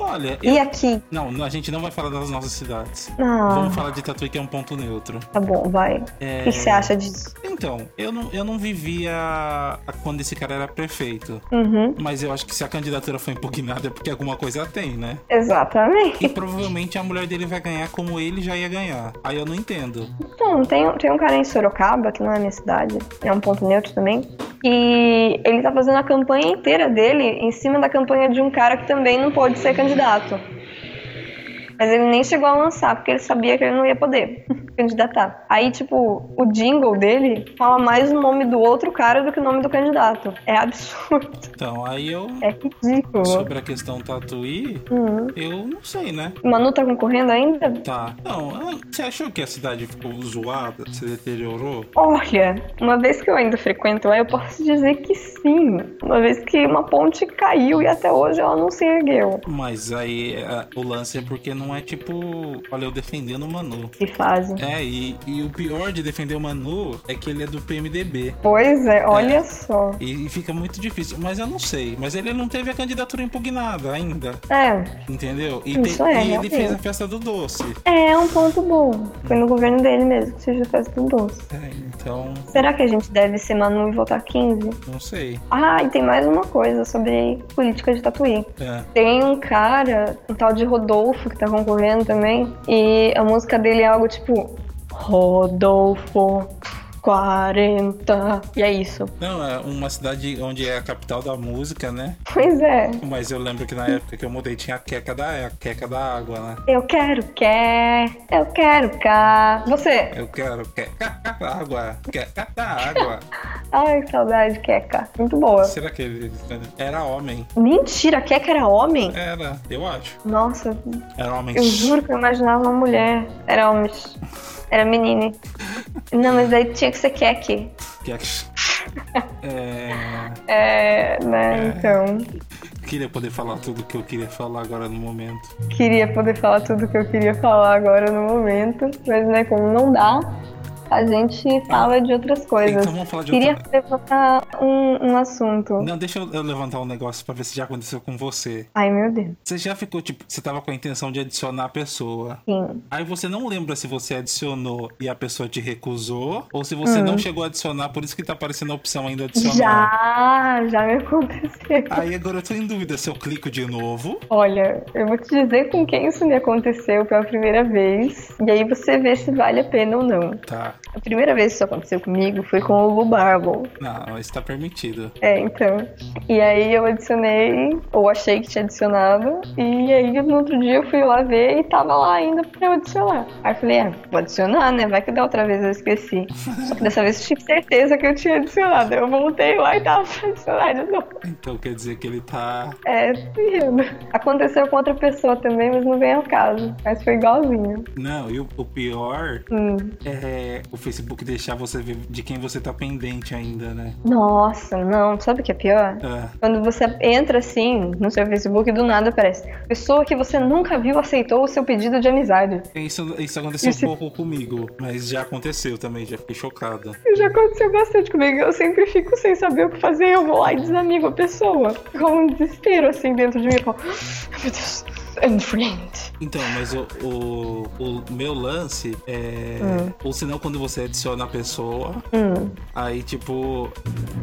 Speaker 2: Olha, eu-
Speaker 1: E aqui?
Speaker 2: não, a gente não vai falar das nossas cidades.
Speaker 1: Ah,
Speaker 2: Vamos falar de Tatuí, que é um ponto neutro.
Speaker 1: tá bom, vai. O
Speaker 2: É...
Speaker 1: que que você acha disso?
Speaker 2: Então, eu não, eu não vivia a- quando esse cara era prefeito.
Speaker 1: Uhum.
Speaker 2: Mas eu acho que se a candidatura foi impugnada é porque alguma coisa tem, né?
Speaker 1: Exatamente.
Speaker 2: E provavelmente a mulher dele vai ganhar como ele já ia ganhar. Aí eu não entendo.
Speaker 1: Então, tem, tem um cara em Sorocaba, que não é minha cidade, é um ponto neutro também, e ele tá fazendo a campanha inteira dele em cima da campanha de um cara que também não pôde ser candidato. Mas ele nem chegou a lançar, porque ele sabia que ele não ia poder candidatar. Aí, tipo, o jingle dele fala mais o nome do outro cara do que o nome do candidato. É absurdo,
Speaker 2: Então, aí eu.
Speaker 1: é ridículo.
Speaker 2: Sobre a questão Tatuí,
Speaker 1: Uhum.
Speaker 2: eu não sei, né?
Speaker 1: Manu tá concorrendo ainda?
Speaker 2: Tá. Não, ah, você achou que a cidade ficou zoada? Se deteriorou?
Speaker 1: Olha, uma vez que eu ainda frequento lá, eu posso dizer que sim. Uma vez que uma ponte caiu e até hoje ela não se ergueu.
Speaker 2: Mas aí é, o lance é porque não é tipo. Olha, eu defendendo o Manu.
Speaker 1: Que fase.
Speaker 2: É, e, e o pior de defender o Manu é que ele é do PMDB.
Speaker 1: Pois é, olha só.
Speaker 2: E, e fica muito difícil. Mas eu não sei. Mas ele não teve a candidatura impugnada ainda.
Speaker 1: É,
Speaker 2: Entendeu? E,
Speaker 1: Isso é,
Speaker 2: e ele
Speaker 1: realmente.
Speaker 2: fez a festa do doce.
Speaker 1: é um ponto bom. Foi no governo dele mesmo que surgiu a festa do doce.
Speaker 2: É, então,
Speaker 1: Será que a gente deve ser Manu e votar 15?
Speaker 2: não sei.
Speaker 1: Ah, e tem mais uma coisa sobre política de tatuí.
Speaker 2: É.
Speaker 1: Tem um cara, um tal de Rodolfo, que tá concorrendo também, e a música dele é algo tipo Rodolfo 40. E é isso.
Speaker 2: Não, é uma cidade onde é a capital da música, né?
Speaker 1: Pois é.
Speaker 2: Mas eu lembro que na época que eu mudei tinha a queca da, a queca da água, né?
Speaker 1: Eu quero quer, eu quero cá. Você!
Speaker 2: Eu quero queca da água, queca da água.
Speaker 1: Ai, que saudade, Queca. Muito boa.
Speaker 2: Será que ele era homem?
Speaker 1: Mentira, Queca era homem?
Speaker 2: Era, eu acho.
Speaker 1: Nossa,
Speaker 2: Era homem.
Speaker 1: eu juro que eu imaginava uma mulher. Era homem. Era menina. Não, mas daí tinha que ser Queque.
Speaker 2: Queca. É,
Speaker 1: É, né, então.
Speaker 2: Queria poder falar tudo que eu queria falar agora no momento.
Speaker 1: Queria poder falar tudo que eu queria falar agora no momento, mas né, como não dá, a gente fala de outras coisas.
Speaker 2: Então vamos falar de
Speaker 1: Queria
Speaker 2: outra...
Speaker 1: levantar um, um assunto.
Speaker 2: Não, deixa eu eu levantar um negócio pra ver se já aconteceu com você.
Speaker 1: Ai, meu Deus.
Speaker 2: Você já ficou, tipo, você tava com a intenção de adicionar a pessoa.
Speaker 1: Sim.
Speaker 2: Aí você não lembra se você adicionou e a pessoa te recusou, ou se você não chegou a adicionar, por isso que tá aparecendo a opção ainda adicionar.
Speaker 1: Já, já me aconteceu.
Speaker 2: Aí agora eu tô em dúvida se eu clico de novo.
Speaker 1: Olha, eu vou te dizer com quem isso me aconteceu pela primeira vez. E aí você vê se vale a pena ou não.
Speaker 2: Tá.
Speaker 1: A primeira vez que isso aconteceu comigo foi com o Lubarbo.
Speaker 2: Não, isso tá permitido.
Speaker 1: É, então. E aí eu adicionei, ou achei que tinha adicionado. E aí no outro dia eu fui lá ver e tava lá ainda pra eu adicionar. Aí eu falei, ah, vou adicionar, né? Vai que da outra vez eu esqueci. Só que dessa vez eu tive certeza que eu tinha adicionado. Eu voltei lá e tava pra adicionar de novo.
Speaker 2: Então quer dizer que ele tá.
Speaker 1: É, terrível. Aconteceu com outra pessoa também, mas não vem ao caso. Mas foi igualzinho.
Speaker 2: Não, e o, o pior
Speaker 1: Hum.
Speaker 2: é o Facebook deixar você ver de quem você tá pendente ainda, né?
Speaker 1: Nossa, não. Sabe o que é pior?
Speaker 2: Ah,
Speaker 1: Quando você entra assim no seu Facebook, do nada aparece. Pessoa que você nunca viu aceitou o seu pedido de amizade.
Speaker 2: isso, isso aconteceu
Speaker 1: Isso-
Speaker 2: um pouco comigo, mas já aconteceu também, já fiquei chocada.
Speaker 1: Isso já aconteceu bastante comigo. Eu sempre fico sem saber o que fazer. Eu vou lá e desamigo a pessoa. Com um desespero assim dentro de mim. Eu falo, "Ah, meu Deus, unfriend.
Speaker 2: Então, mas o, o, o meu lance é. Ou senão, quando você adiciona a pessoa,
Speaker 1: Hum.
Speaker 2: aí tipo.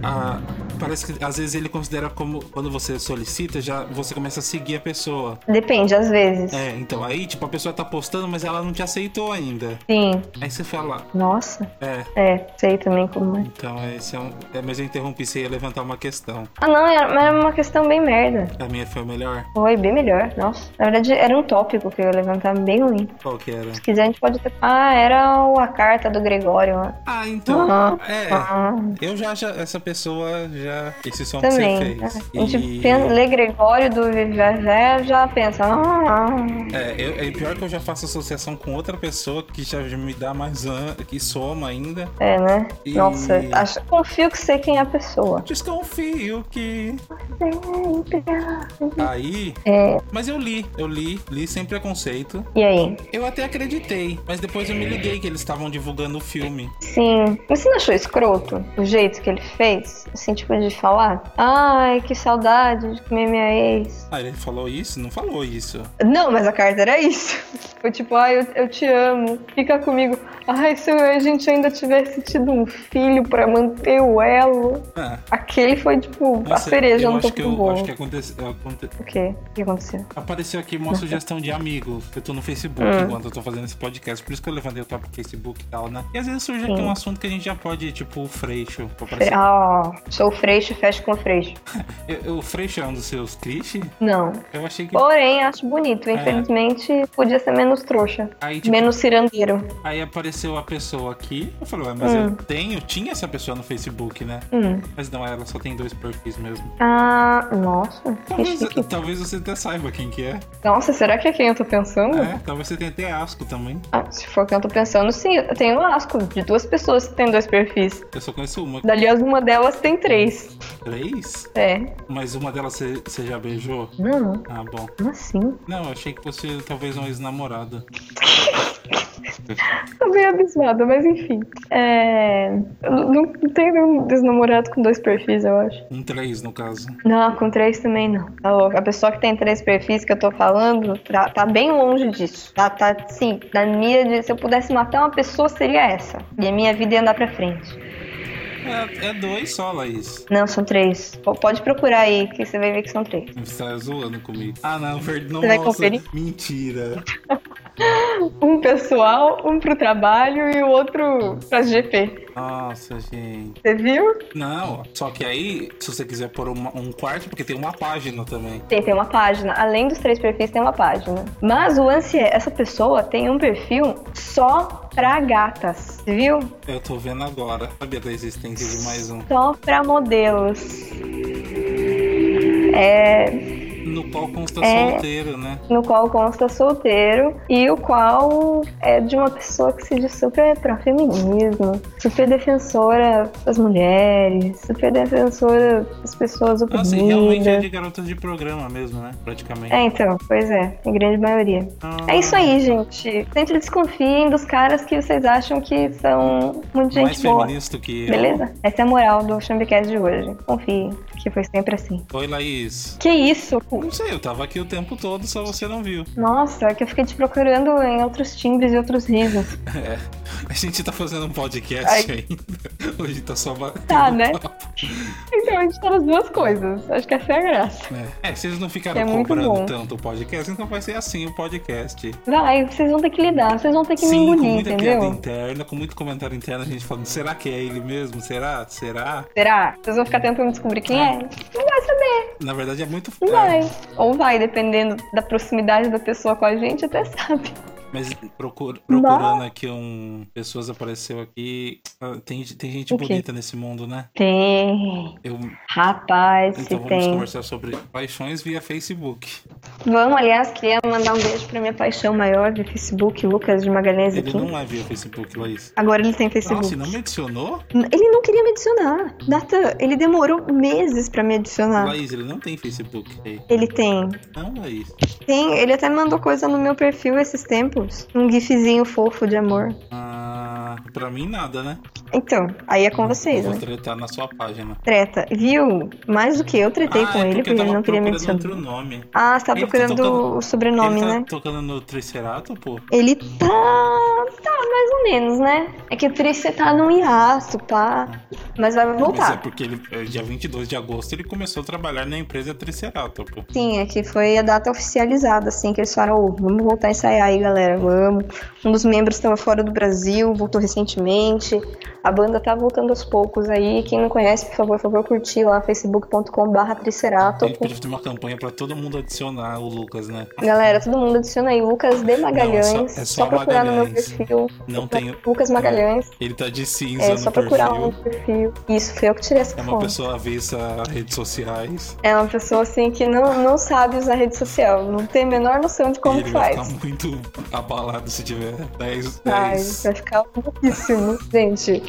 Speaker 2: a- parece que às vezes ele considera como. Quando você solicita, já você começa a seguir a pessoa.
Speaker 1: Depende, às vezes.
Speaker 2: É, então aí, tipo, a pessoa tá postando, mas ela não te aceitou ainda.
Speaker 1: Sim.
Speaker 2: Aí você fala,
Speaker 1: Nossa.
Speaker 2: é.
Speaker 1: É, sei também como é.
Speaker 2: Então, esse é um. É, mas eu interrompi, você ia levantar uma questão.
Speaker 1: Ah, não, era, mas era uma questão bem merda.
Speaker 2: A minha foi a melhor?
Speaker 1: Foi bem melhor, nossa. Na verdade, era um tópico que eu ia levantar bem ruim.
Speaker 2: Qual que era?
Speaker 1: Se quiser, a gente pode até. Ah, era o- a carta do Gregório. lá.
Speaker 2: Ah, então.
Speaker 1: Ah,
Speaker 2: É.
Speaker 1: ah.
Speaker 2: Eu já, já. Essa pessoa já. Esse som
Speaker 1: Também.
Speaker 2: que então, você fez.
Speaker 1: A gente
Speaker 2: E-
Speaker 1: pen- lê Gregório do Vivé já pensa. Ah, ah.
Speaker 2: É, eu, é pior que eu já faço associação com outra pessoa que já me dá mais an... que soma ainda.
Speaker 1: É, né?
Speaker 2: E-
Speaker 1: Nossa, acho, confio que sei quem é a pessoa.
Speaker 2: Desconfio que. Aí.
Speaker 1: É,
Speaker 2: Mas eu li, eu li, li sem preconceito.
Speaker 1: e aí?
Speaker 2: Eu até acreditei, mas depois eu me liguei que eles estavam divulgando o filme.
Speaker 1: Sim. Você não achou escroto o jeito que ele fez? Assim, tipo, de falar? Ai, que saudade de comer minha ex.
Speaker 2: Ah, ele falou isso? Não falou isso.
Speaker 1: Não, mas a carta era isso. Foi tipo, ai, eu, eu te amo, fica comigo. Ai, se eu- a gente ainda tivesse tido um filho pra manter o elo.
Speaker 2: Ah.
Speaker 1: Aquele foi tipo a
Speaker 2: Nossa,
Speaker 1: cereja
Speaker 2: eu
Speaker 1: no
Speaker 2: acho
Speaker 1: topo
Speaker 2: que
Speaker 1: do
Speaker 2: eu
Speaker 1: bolo.
Speaker 2: acho que aconte- é, aconte-
Speaker 1: O quê? O que aconteceu?
Speaker 2: Apareceu aqui uma sugestão de amigo. Eu tô no Facebook
Speaker 1: Ah.
Speaker 2: enquanto eu tô fazendo esse podcast, por isso que eu levantei o tópico Facebook e tal, né? E às vezes surge aqui um assunto que a gente já pode, tipo, o Freixo. Pra aparecer-
Speaker 1: Ah, sou freixo, fecho com freixo.
Speaker 2: Eu- eu- O Freixo é um dos seus clichês?
Speaker 1: Não.
Speaker 2: Eu achei que.
Speaker 1: Porém, acho bonito. Infelizmente, podia ser menos trouxa.
Speaker 2: Aí, tipo,
Speaker 1: Menos cirandeiro.
Speaker 2: aí apareceu a pessoa aqui. Eu falei, ué, mas eu tenho, tinha essa pessoa no Facebook, né?
Speaker 1: Hum.
Speaker 2: Mas não, ela só tem dois perfis mesmo.
Speaker 1: Ah, nossa. Que
Speaker 2: Talvez,
Speaker 1: chique.
Speaker 2: talvez você até saiba quem que é.
Speaker 1: Nossa, será que é quem eu tô pensando?
Speaker 2: É, talvez você tenha até asco também.
Speaker 1: Ah, se for quem eu tô pensando, sim, eu tenho um asco de duas pessoas que têm dois perfis.
Speaker 2: Eu só conheço uma.
Speaker 1: Dali as uma delas tem três.
Speaker 2: Três?
Speaker 1: É.
Speaker 2: Mas uma delas você você já beijou?
Speaker 1: Não,
Speaker 2: Ah, bom.
Speaker 1: como assim?
Speaker 2: Não, eu achei que fosse talvez uma ex-namorada.
Speaker 1: Tô meio abismada, mas enfim. É. eu Não, não tem nenhum desnamorado com dois perfis, eu acho.
Speaker 2: Um três, no caso.
Speaker 1: Não, com três também não. Tá louco. A pessoa que tem três perfis que eu tô falando tá, tá bem longe disso. Tá, tá, sim, na minha. de- Se eu pudesse matar uma pessoa, seria essa. E a minha vida ia andar pra frente.
Speaker 2: É, é dois só, Laís.
Speaker 1: Não, são três. P- Pode procurar aí, que você vai ver que são três.
Speaker 2: Você tá zoando comigo. Ah, não, Ferd, não.
Speaker 1: vai conferir?
Speaker 2: Mentira.
Speaker 1: Um pessoal, um pro trabalho e o outro pras GP.
Speaker 2: Nossa, gente.
Speaker 1: Você viu?
Speaker 2: Não, só que aí, se você quiser pôr uma- um quarto, porque tem uma página também.
Speaker 1: Tem, tem uma página. Além dos três perfis, tem uma página. Mas o lance é, essa pessoa tem um perfil só pra gatas, viu?
Speaker 2: Eu tô vendo agora. Sabia da existência de mais um.
Speaker 1: Só pra modelos. É.
Speaker 2: No qual consta
Speaker 1: É.
Speaker 2: solteiro, né?
Speaker 1: no qual consta solteiro e o qual é de uma pessoa que se diz super pró-feminismo, super defensora das mulheres, super defensora das pessoas oprimidas.
Speaker 2: Nossa, e realmente é de garotas de programa mesmo, né? Praticamente.
Speaker 1: É, então, pois é, em grande maioria.
Speaker 2: Ah,
Speaker 1: É isso aí, gente. Sempre desconfiem dos caras que vocês acham que são muito gente
Speaker 2: Mais
Speaker 1: boa.
Speaker 2: feminista que eu.
Speaker 1: Beleza? Essa é a moral do Chambicast de hoje. Confie, que foi sempre assim.
Speaker 2: Oi, Laís.
Speaker 1: Que isso?
Speaker 2: Não sei, eu tava aqui o tempo todo, só você não viu.
Speaker 1: Nossa, é que eu fiquei te procurando em outros timbres e outros risos.
Speaker 2: É. A gente tá fazendo um podcast
Speaker 1: Ai.
Speaker 2: ainda. Hoje tá só batendo.
Speaker 1: Tá, né?
Speaker 2: papo.
Speaker 1: Então, a gente tá nas duas coisas. Acho que essa é a graça.
Speaker 2: É, é, vocês não ficaram
Speaker 1: É muito
Speaker 2: cobrando
Speaker 1: bom.
Speaker 2: tanto o podcast, então vai ser assim o podcast.
Speaker 1: Vai, vocês vão ter que lidar, vocês vão ter que me
Speaker 2: Sim, com
Speaker 1: engolir,
Speaker 2: muita piada
Speaker 1: entendeu?
Speaker 2: interna, com muito comentário interno, a gente falando, será que é ele mesmo? Será? Será?
Speaker 1: Será? Vocês vão ficar tentando descobrir quem
Speaker 2: Ah.
Speaker 1: é? Não vai saber,
Speaker 2: Na verdade é muito
Speaker 1: não
Speaker 2: é,
Speaker 1: vai. Ou vai, dependendo da proximidade da pessoa com a gente, até sabe.
Speaker 2: Mas procur- procurando aqui um. Pessoas apareceu aqui. Ah, Tem, tem gente
Speaker 1: O quê?
Speaker 2: bonita nesse mundo, né?
Speaker 1: Tem.
Speaker 2: Eu,
Speaker 1: Rapaz, se
Speaker 2: então vamos
Speaker 1: tem.
Speaker 2: conversar sobre paixões via Facebook.
Speaker 1: Vamos, aliás, queria mandar um beijo pra minha paixão maior de Facebook, Lucas de Magalhães
Speaker 2: Ele
Speaker 1: aqui.
Speaker 2: não é via Facebook, Laís.
Speaker 1: Agora ele tem Facebook.
Speaker 2: Nossa, e não me adicionou?
Speaker 1: Ele não queria me adicionar. Natan, ele demorou meses pra me adicionar.
Speaker 2: Laís, ele não tem Facebook.
Speaker 1: Ele tem
Speaker 2: Não, Laís.
Speaker 1: Tem, ele até mandou coisa no meu perfil esses tempos. Um gifzinho fofo de amor.
Speaker 2: Ah, pra mim nada, né?
Speaker 1: Então, aí é com
Speaker 2: Hum, Eu
Speaker 1: vocês,
Speaker 2: vou
Speaker 1: né?
Speaker 2: tretar na sua página.
Speaker 1: Treta. Viu? Mais do que eu tretei
Speaker 2: ah,
Speaker 1: com
Speaker 2: é
Speaker 1: ele,
Speaker 2: porque eu
Speaker 1: porque ele
Speaker 2: tava
Speaker 1: não queria me
Speaker 2: procurando
Speaker 1: adicionar.
Speaker 2: outro nome.
Speaker 1: Ah, você tá
Speaker 2: Ele tá
Speaker 1: procurando
Speaker 2: tocando-
Speaker 1: o sobrenome,
Speaker 2: ele tá
Speaker 1: né?
Speaker 2: tocando no Triceratops, pô.
Speaker 1: Ele tá. tá, mais ou menos, né? É que triste tá num hiato, tá? Mas vai
Speaker 2: Mas é
Speaker 1: voltar.
Speaker 2: porque ele, é, dia 22 de agosto ele começou a trabalhar na empresa Triceratops, pô.
Speaker 1: Sim, é que foi a data oficializada, assim, que eles falaram, "Ô, vamos voltar a ensaiar aí, galera, vamos. Um dos membros estava fora do Brasil, voltou recentemente. A banda tá voltando aos poucos aí. Quem não conhece, por favor, por favor, curtir lá, facebook.com.br
Speaker 2: Ele
Speaker 1: triceratopo.
Speaker 2: podia ter uma campanha pra todo mundo adicionar o Lucas, né?
Speaker 1: Galera, todo mundo adiciona aí, Lucas de Magalhães.
Speaker 2: Não, é só-
Speaker 1: só,
Speaker 2: é só
Speaker 1: procurar
Speaker 2: Magalhães.
Speaker 1: no meu perfil.
Speaker 2: Não tem.
Speaker 1: Lucas Magalhães.
Speaker 2: Ele tá de cinza
Speaker 1: É
Speaker 2: no
Speaker 1: só procurar
Speaker 2: perfil.
Speaker 1: no meu perfil. Isso, foi eu que tirei essa
Speaker 2: É uma
Speaker 1: foto.
Speaker 2: pessoa avessa a redes sociais.
Speaker 1: É uma pessoa, assim, que não, não sabe usar rede social. Não tem a menor noção de
Speaker 2: e
Speaker 1: como
Speaker 2: ele
Speaker 1: faz.
Speaker 2: vai ficar um muito abalado se tiver 10.
Speaker 1: Ai,
Speaker 2: 10.
Speaker 1: vai ficar louquíssimo. Gente,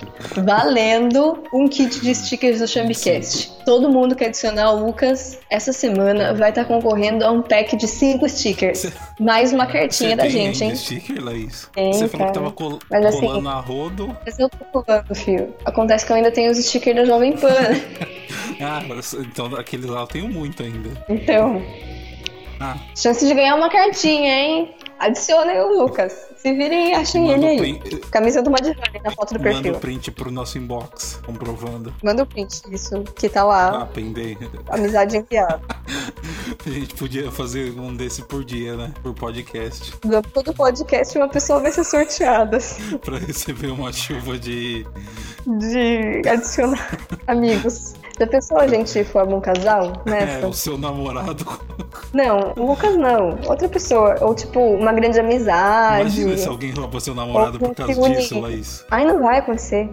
Speaker 1: valendo um kit de stickers do Chambicast. Todo mundo que adicionar o Lucas essa semana vai estar concorrendo a um pack de 5 stickers. Mais uma cartinha
Speaker 2: Você
Speaker 1: da
Speaker 2: tem
Speaker 1: gente,
Speaker 2: ainda
Speaker 1: hein?
Speaker 2: sticker, Laís?
Speaker 1: Tem,
Speaker 2: Você falou
Speaker 1: cara.
Speaker 2: que tava col-
Speaker 1: Mas assim-
Speaker 2: colando a rodo.
Speaker 1: Mas eu tô pulando, fio. Acontece que eu ainda tenho os stickers da Jovem Pan. né?
Speaker 2: Ah, então aqueles lá eu tenho muito ainda.
Speaker 1: Então,
Speaker 2: Ah,
Speaker 1: chance de ganhar uma cartinha, hein? Adicionem o Lucas. Se virem, achem
Speaker 2: manda
Speaker 1: ele
Speaker 2: o
Speaker 1: aí.
Speaker 2: print-
Speaker 1: Camisa do Madrone na foto do
Speaker 2: Manda
Speaker 1: perfil.
Speaker 2: o print pro nosso inbox, comprovando.
Speaker 1: Manda o print disso, que tá lá.
Speaker 2: Ah, pender.
Speaker 1: Amizade enviada.
Speaker 2: A gente podia fazer um desse por dia, né? Por podcast.
Speaker 1: Todo podcast uma pessoa vai ser sorteada assim,
Speaker 2: Pra receber uma chuva de.
Speaker 1: de adicionar amigos. Já pensou a gente forma um casal
Speaker 2: É,
Speaker 1: nessa?
Speaker 2: o seu namorado.
Speaker 1: Não, o Lucas não. Outra pessoa. Ou tipo, uma grande amizade.
Speaker 2: Imagina se alguém rouba seu namorado por causa
Speaker 1: Alguém se
Speaker 2: disso,
Speaker 1: une.
Speaker 2: Laís.
Speaker 1: Ai, não vai acontecer.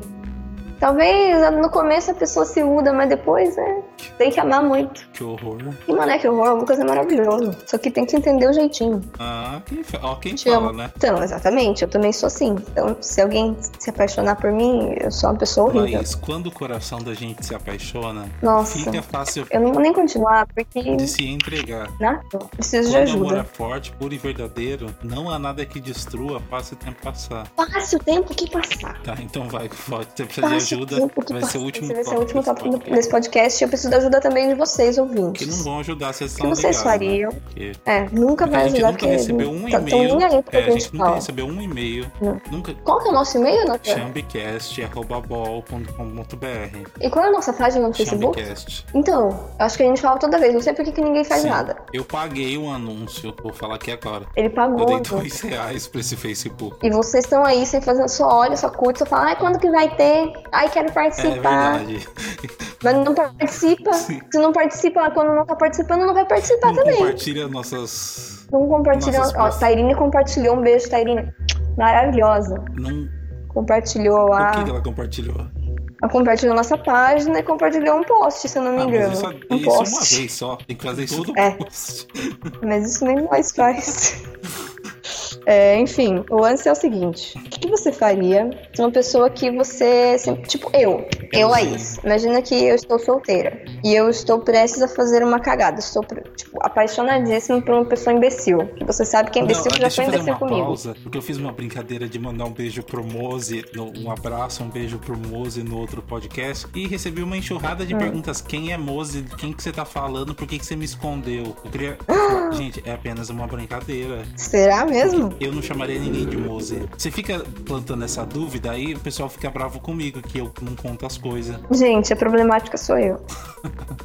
Speaker 1: Talvez no começo a pessoa se muda, mas depois, né? Tem que amar muito.
Speaker 2: Que horror.
Speaker 1: E, mané, que horror, o Lucas é maravilhoso. Só que tem que entender o jeitinho.
Speaker 2: Ah, quem, fa- ó, quem
Speaker 1: Te
Speaker 2: fala,
Speaker 1: amo.
Speaker 2: né?
Speaker 1: Então, exatamente, eu também sou assim. Então, se alguém se apaixonar por mim, eu sou uma pessoa horrível.
Speaker 2: Laís, quando o coração da gente se apaixona,
Speaker 1: Nossa.
Speaker 2: fica fácil
Speaker 1: Eu não vou nem continuar, porque
Speaker 2: de se entregar.
Speaker 1: Nada. Eu Preciso de
Speaker 2: Quando o amor é
Speaker 1: ajuda.
Speaker 2: forte, puro e verdadeiro, não há nada que destrua, passe o tempo passar.
Speaker 1: Passe o tempo que passar.
Speaker 2: Tá, então vai, forte. Você precisa
Speaker 1: Passe
Speaker 2: de ajuda.
Speaker 1: o tempo que
Speaker 2: Vai
Speaker 1: passar.
Speaker 2: ser o último
Speaker 1: Esse vai ser o
Speaker 2: tópico
Speaker 1: último
Speaker 2: desse
Speaker 1: tópico do-
Speaker 2: podcast.
Speaker 1: desse podcast. e Eu preciso da ajuda também de vocês,
Speaker 2: Que não
Speaker 1: ouvintes.
Speaker 2: vão ajudar se
Speaker 1: O que vocês fariam?
Speaker 2: Porque...
Speaker 1: É, nunca vai
Speaker 2: a gente
Speaker 1: ajudar
Speaker 2: nunca
Speaker 1: porque eles
Speaker 2: recebeu um
Speaker 1: tão- tão
Speaker 2: e-mail.
Speaker 1: nem aí pro que
Speaker 2: É, a gente
Speaker 1: gente
Speaker 2: nunca
Speaker 1: fala.
Speaker 2: recebeu um e-mail.
Speaker 1: Não.
Speaker 2: Nunca.
Speaker 1: Qual que é o nosso e-mail, Natan?
Speaker 2: chambicast.com.br
Speaker 1: E qual é a nossa página no Facebook?
Speaker 2: Chambicast.
Speaker 1: Então, eu acho que a gente fala toda vez. Não sei por que que ninguém faz
Speaker 2: Sim.
Speaker 1: nada.
Speaker 2: Eu paguei um anúncio, vou falar aqui agora.
Speaker 1: Ele
Speaker 2: Eu dei
Speaker 1: pagou. viu?
Speaker 2: dois reais pra esse Facebook.
Speaker 1: E vocês estão aí, sem fazer, só olha, só curte, só fala, ai, quando que vai ter? Ai, quero
Speaker 2: É
Speaker 1: participar.
Speaker 2: verdade. Então,
Speaker 1: Mas não participa.
Speaker 2: Sim.
Speaker 1: Se não participa, quando não tá participando, não vai participar
Speaker 2: Não
Speaker 1: também.
Speaker 2: compartilha nossas.
Speaker 1: Não compartilhou.
Speaker 2: Nossas
Speaker 1: Ó,
Speaker 2: posts.
Speaker 1: Tairine compartilhou. Um beijo, Tairine. Maravilhosa.
Speaker 2: Não...
Speaker 1: Compartilhou
Speaker 2: O que
Speaker 1: lá.
Speaker 2: que ela compartilhou?
Speaker 1: Ela compartilhou nossa página e compartilhou um post, se eu não me
Speaker 2: Ah, mas
Speaker 1: engano.
Speaker 2: isso,
Speaker 1: um
Speaker 2: isso
Speaker 1: post.
Speaker 2: uma vez só. Tem que fazer isso todo
Speaker 1: É.
Speaker 2: post.
Speaker 1: Mas isso nem mais faz. É, enfim, o lance é o seguinte: o que, que você faria se uma pessoa que você. sempre- Tipo, eu, eu, Laís. Imagina que eu estou solteira e eu estou prestes a fazer uma cagada. Estou, tipo, apaixonadíssima por uma pessoa imbecil. Que você sabe que é imbecil, que já
Speaker 2: deixa
Speaker 1: foi
Speaker 2: eu fazer
Speaker 1: imbecil
Speaker 2: uma
Speaker 1: comigo.
Speaker 2: pausa, porque eu fiz uma brincadeira de mandar um beijo pro Mose, no- um abraço, um beijo pro Mose no outro podcast, e recebi uma enxurrada
Speaker 1: Hum.
Speaker 2: de perguntas, quem é Mose, quem que você tá falando, por que que você me escondeu? Eu queria... Gente, é apenas uma brincadeira.
Speaker 1: Será mesmo?
Speaker 2: Eu não chamaria ninguém de Mose. Você fica plantando essa dúvida, aí o pessoal fica bravo comigo, que eu não conto as coisas.
Speaker 1: Gente, a problemática sou eu.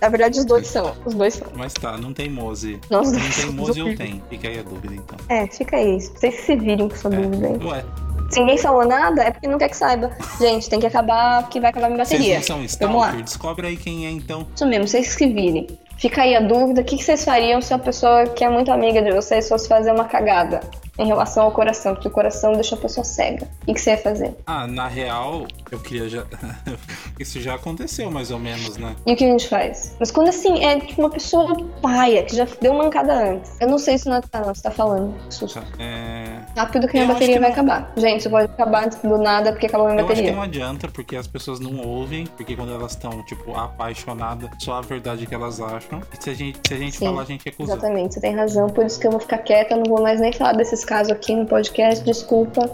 Speaker 1: Na verdade, os dois são. Os dois são.
Speaker 2: Mas tá, não tem Mose.
Speaker 1: Nós
Speaker 2: Não
Speaker 1: dois
Speaker 2: tem um
Speaker 1: somos
Speaker 2: Mose ou
Speaker 1: horríveis.
Speaker 2: tem? Fica aí a dúvida, então.
Speaker 1: É, fica aí. Vocês se virem com
Speaker 2: É.
Speaker 1: sua dúvida aí.
Speaker 2: Ué,
Speaker 1: Se ninguém falou nada, é porque não quer que saiba. Gente, tem que acabar, porque vai acabar minha
Speaker 2: vocês
Speaker 1: bateria.
Speaker 2: não são
Speaker 1: Vamos lá.
Speaker 2: stalker? Descobre aí quem é, então.
Speaker 1: Isso mesmo, vocês que virem. Fica aí a dúvida, o que que vocês fariam se uma pessoa que é muito amiga de vocês fosse fazer uma cagada em relação ao coração, porque o coração deixa a pessoa cega. O que que você ia fazer?
Speaker 2: Ah, na real, eu queria já. Isso já aconteceu mais ou menos, né?
Speaker 1: E o que a gente faz? Mas quando assim, é tipo uma pessoa paia, que já deu mancada antes. Eu não sei se não tá, não, você tá falando. Que Susto.
Speaker 2: É,
Speaker 1: Rápido que minha
Speaker 2: Eu acho
Speaker 1: bateria
Speaker 2: que
Speaker 1: vai
Speaker 2: não-
Speaker 1: acabar. Gente, isso pode acabar do nada porque acabou minha
Speaker 2: Eu acho que
Speaker 1: bateria.
Speaker 2: não adianta, porque as pessoas não ouvem, porque quando elas estão, tipo, apaixonadas, só a verdade que elas acham. E se a gente, se a gente
Speaker 1: Sim,
Speaker 2: falar, a gente é cuzão.
Speaker 1: Exatamente, você tem razão, por isso que eu vou ficar quieta, não vou mais nem falar desses casos aqui no podcast, desculpa.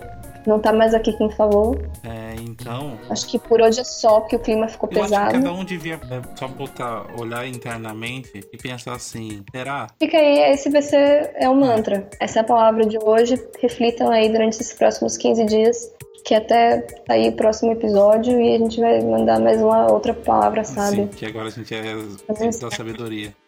Speaker 1: Não tá mais aqui quem falou.
Speaker 2: É, então,
Speaker 1: Acho que por hoje é só, porque o clima ficou
Speaker 2: eu acho que
Speaker 1: pesado.
Speaker 2: cada um devia é, só botar, olhar internamente e pensar assim: será?
Speaker 1: Fica aí, esse vai ser é um mantra. Essa é a palavra de hoje. Reflitam aí durante esses próximos 15 dias, que até tá aí o próximo episódio e a gente vai mandar mais uma outra palavra, sabe?
Speaker 2: Assim, que agora a gente é
Speaker 1: Às vezes-
Speaker 2: da sabedoria.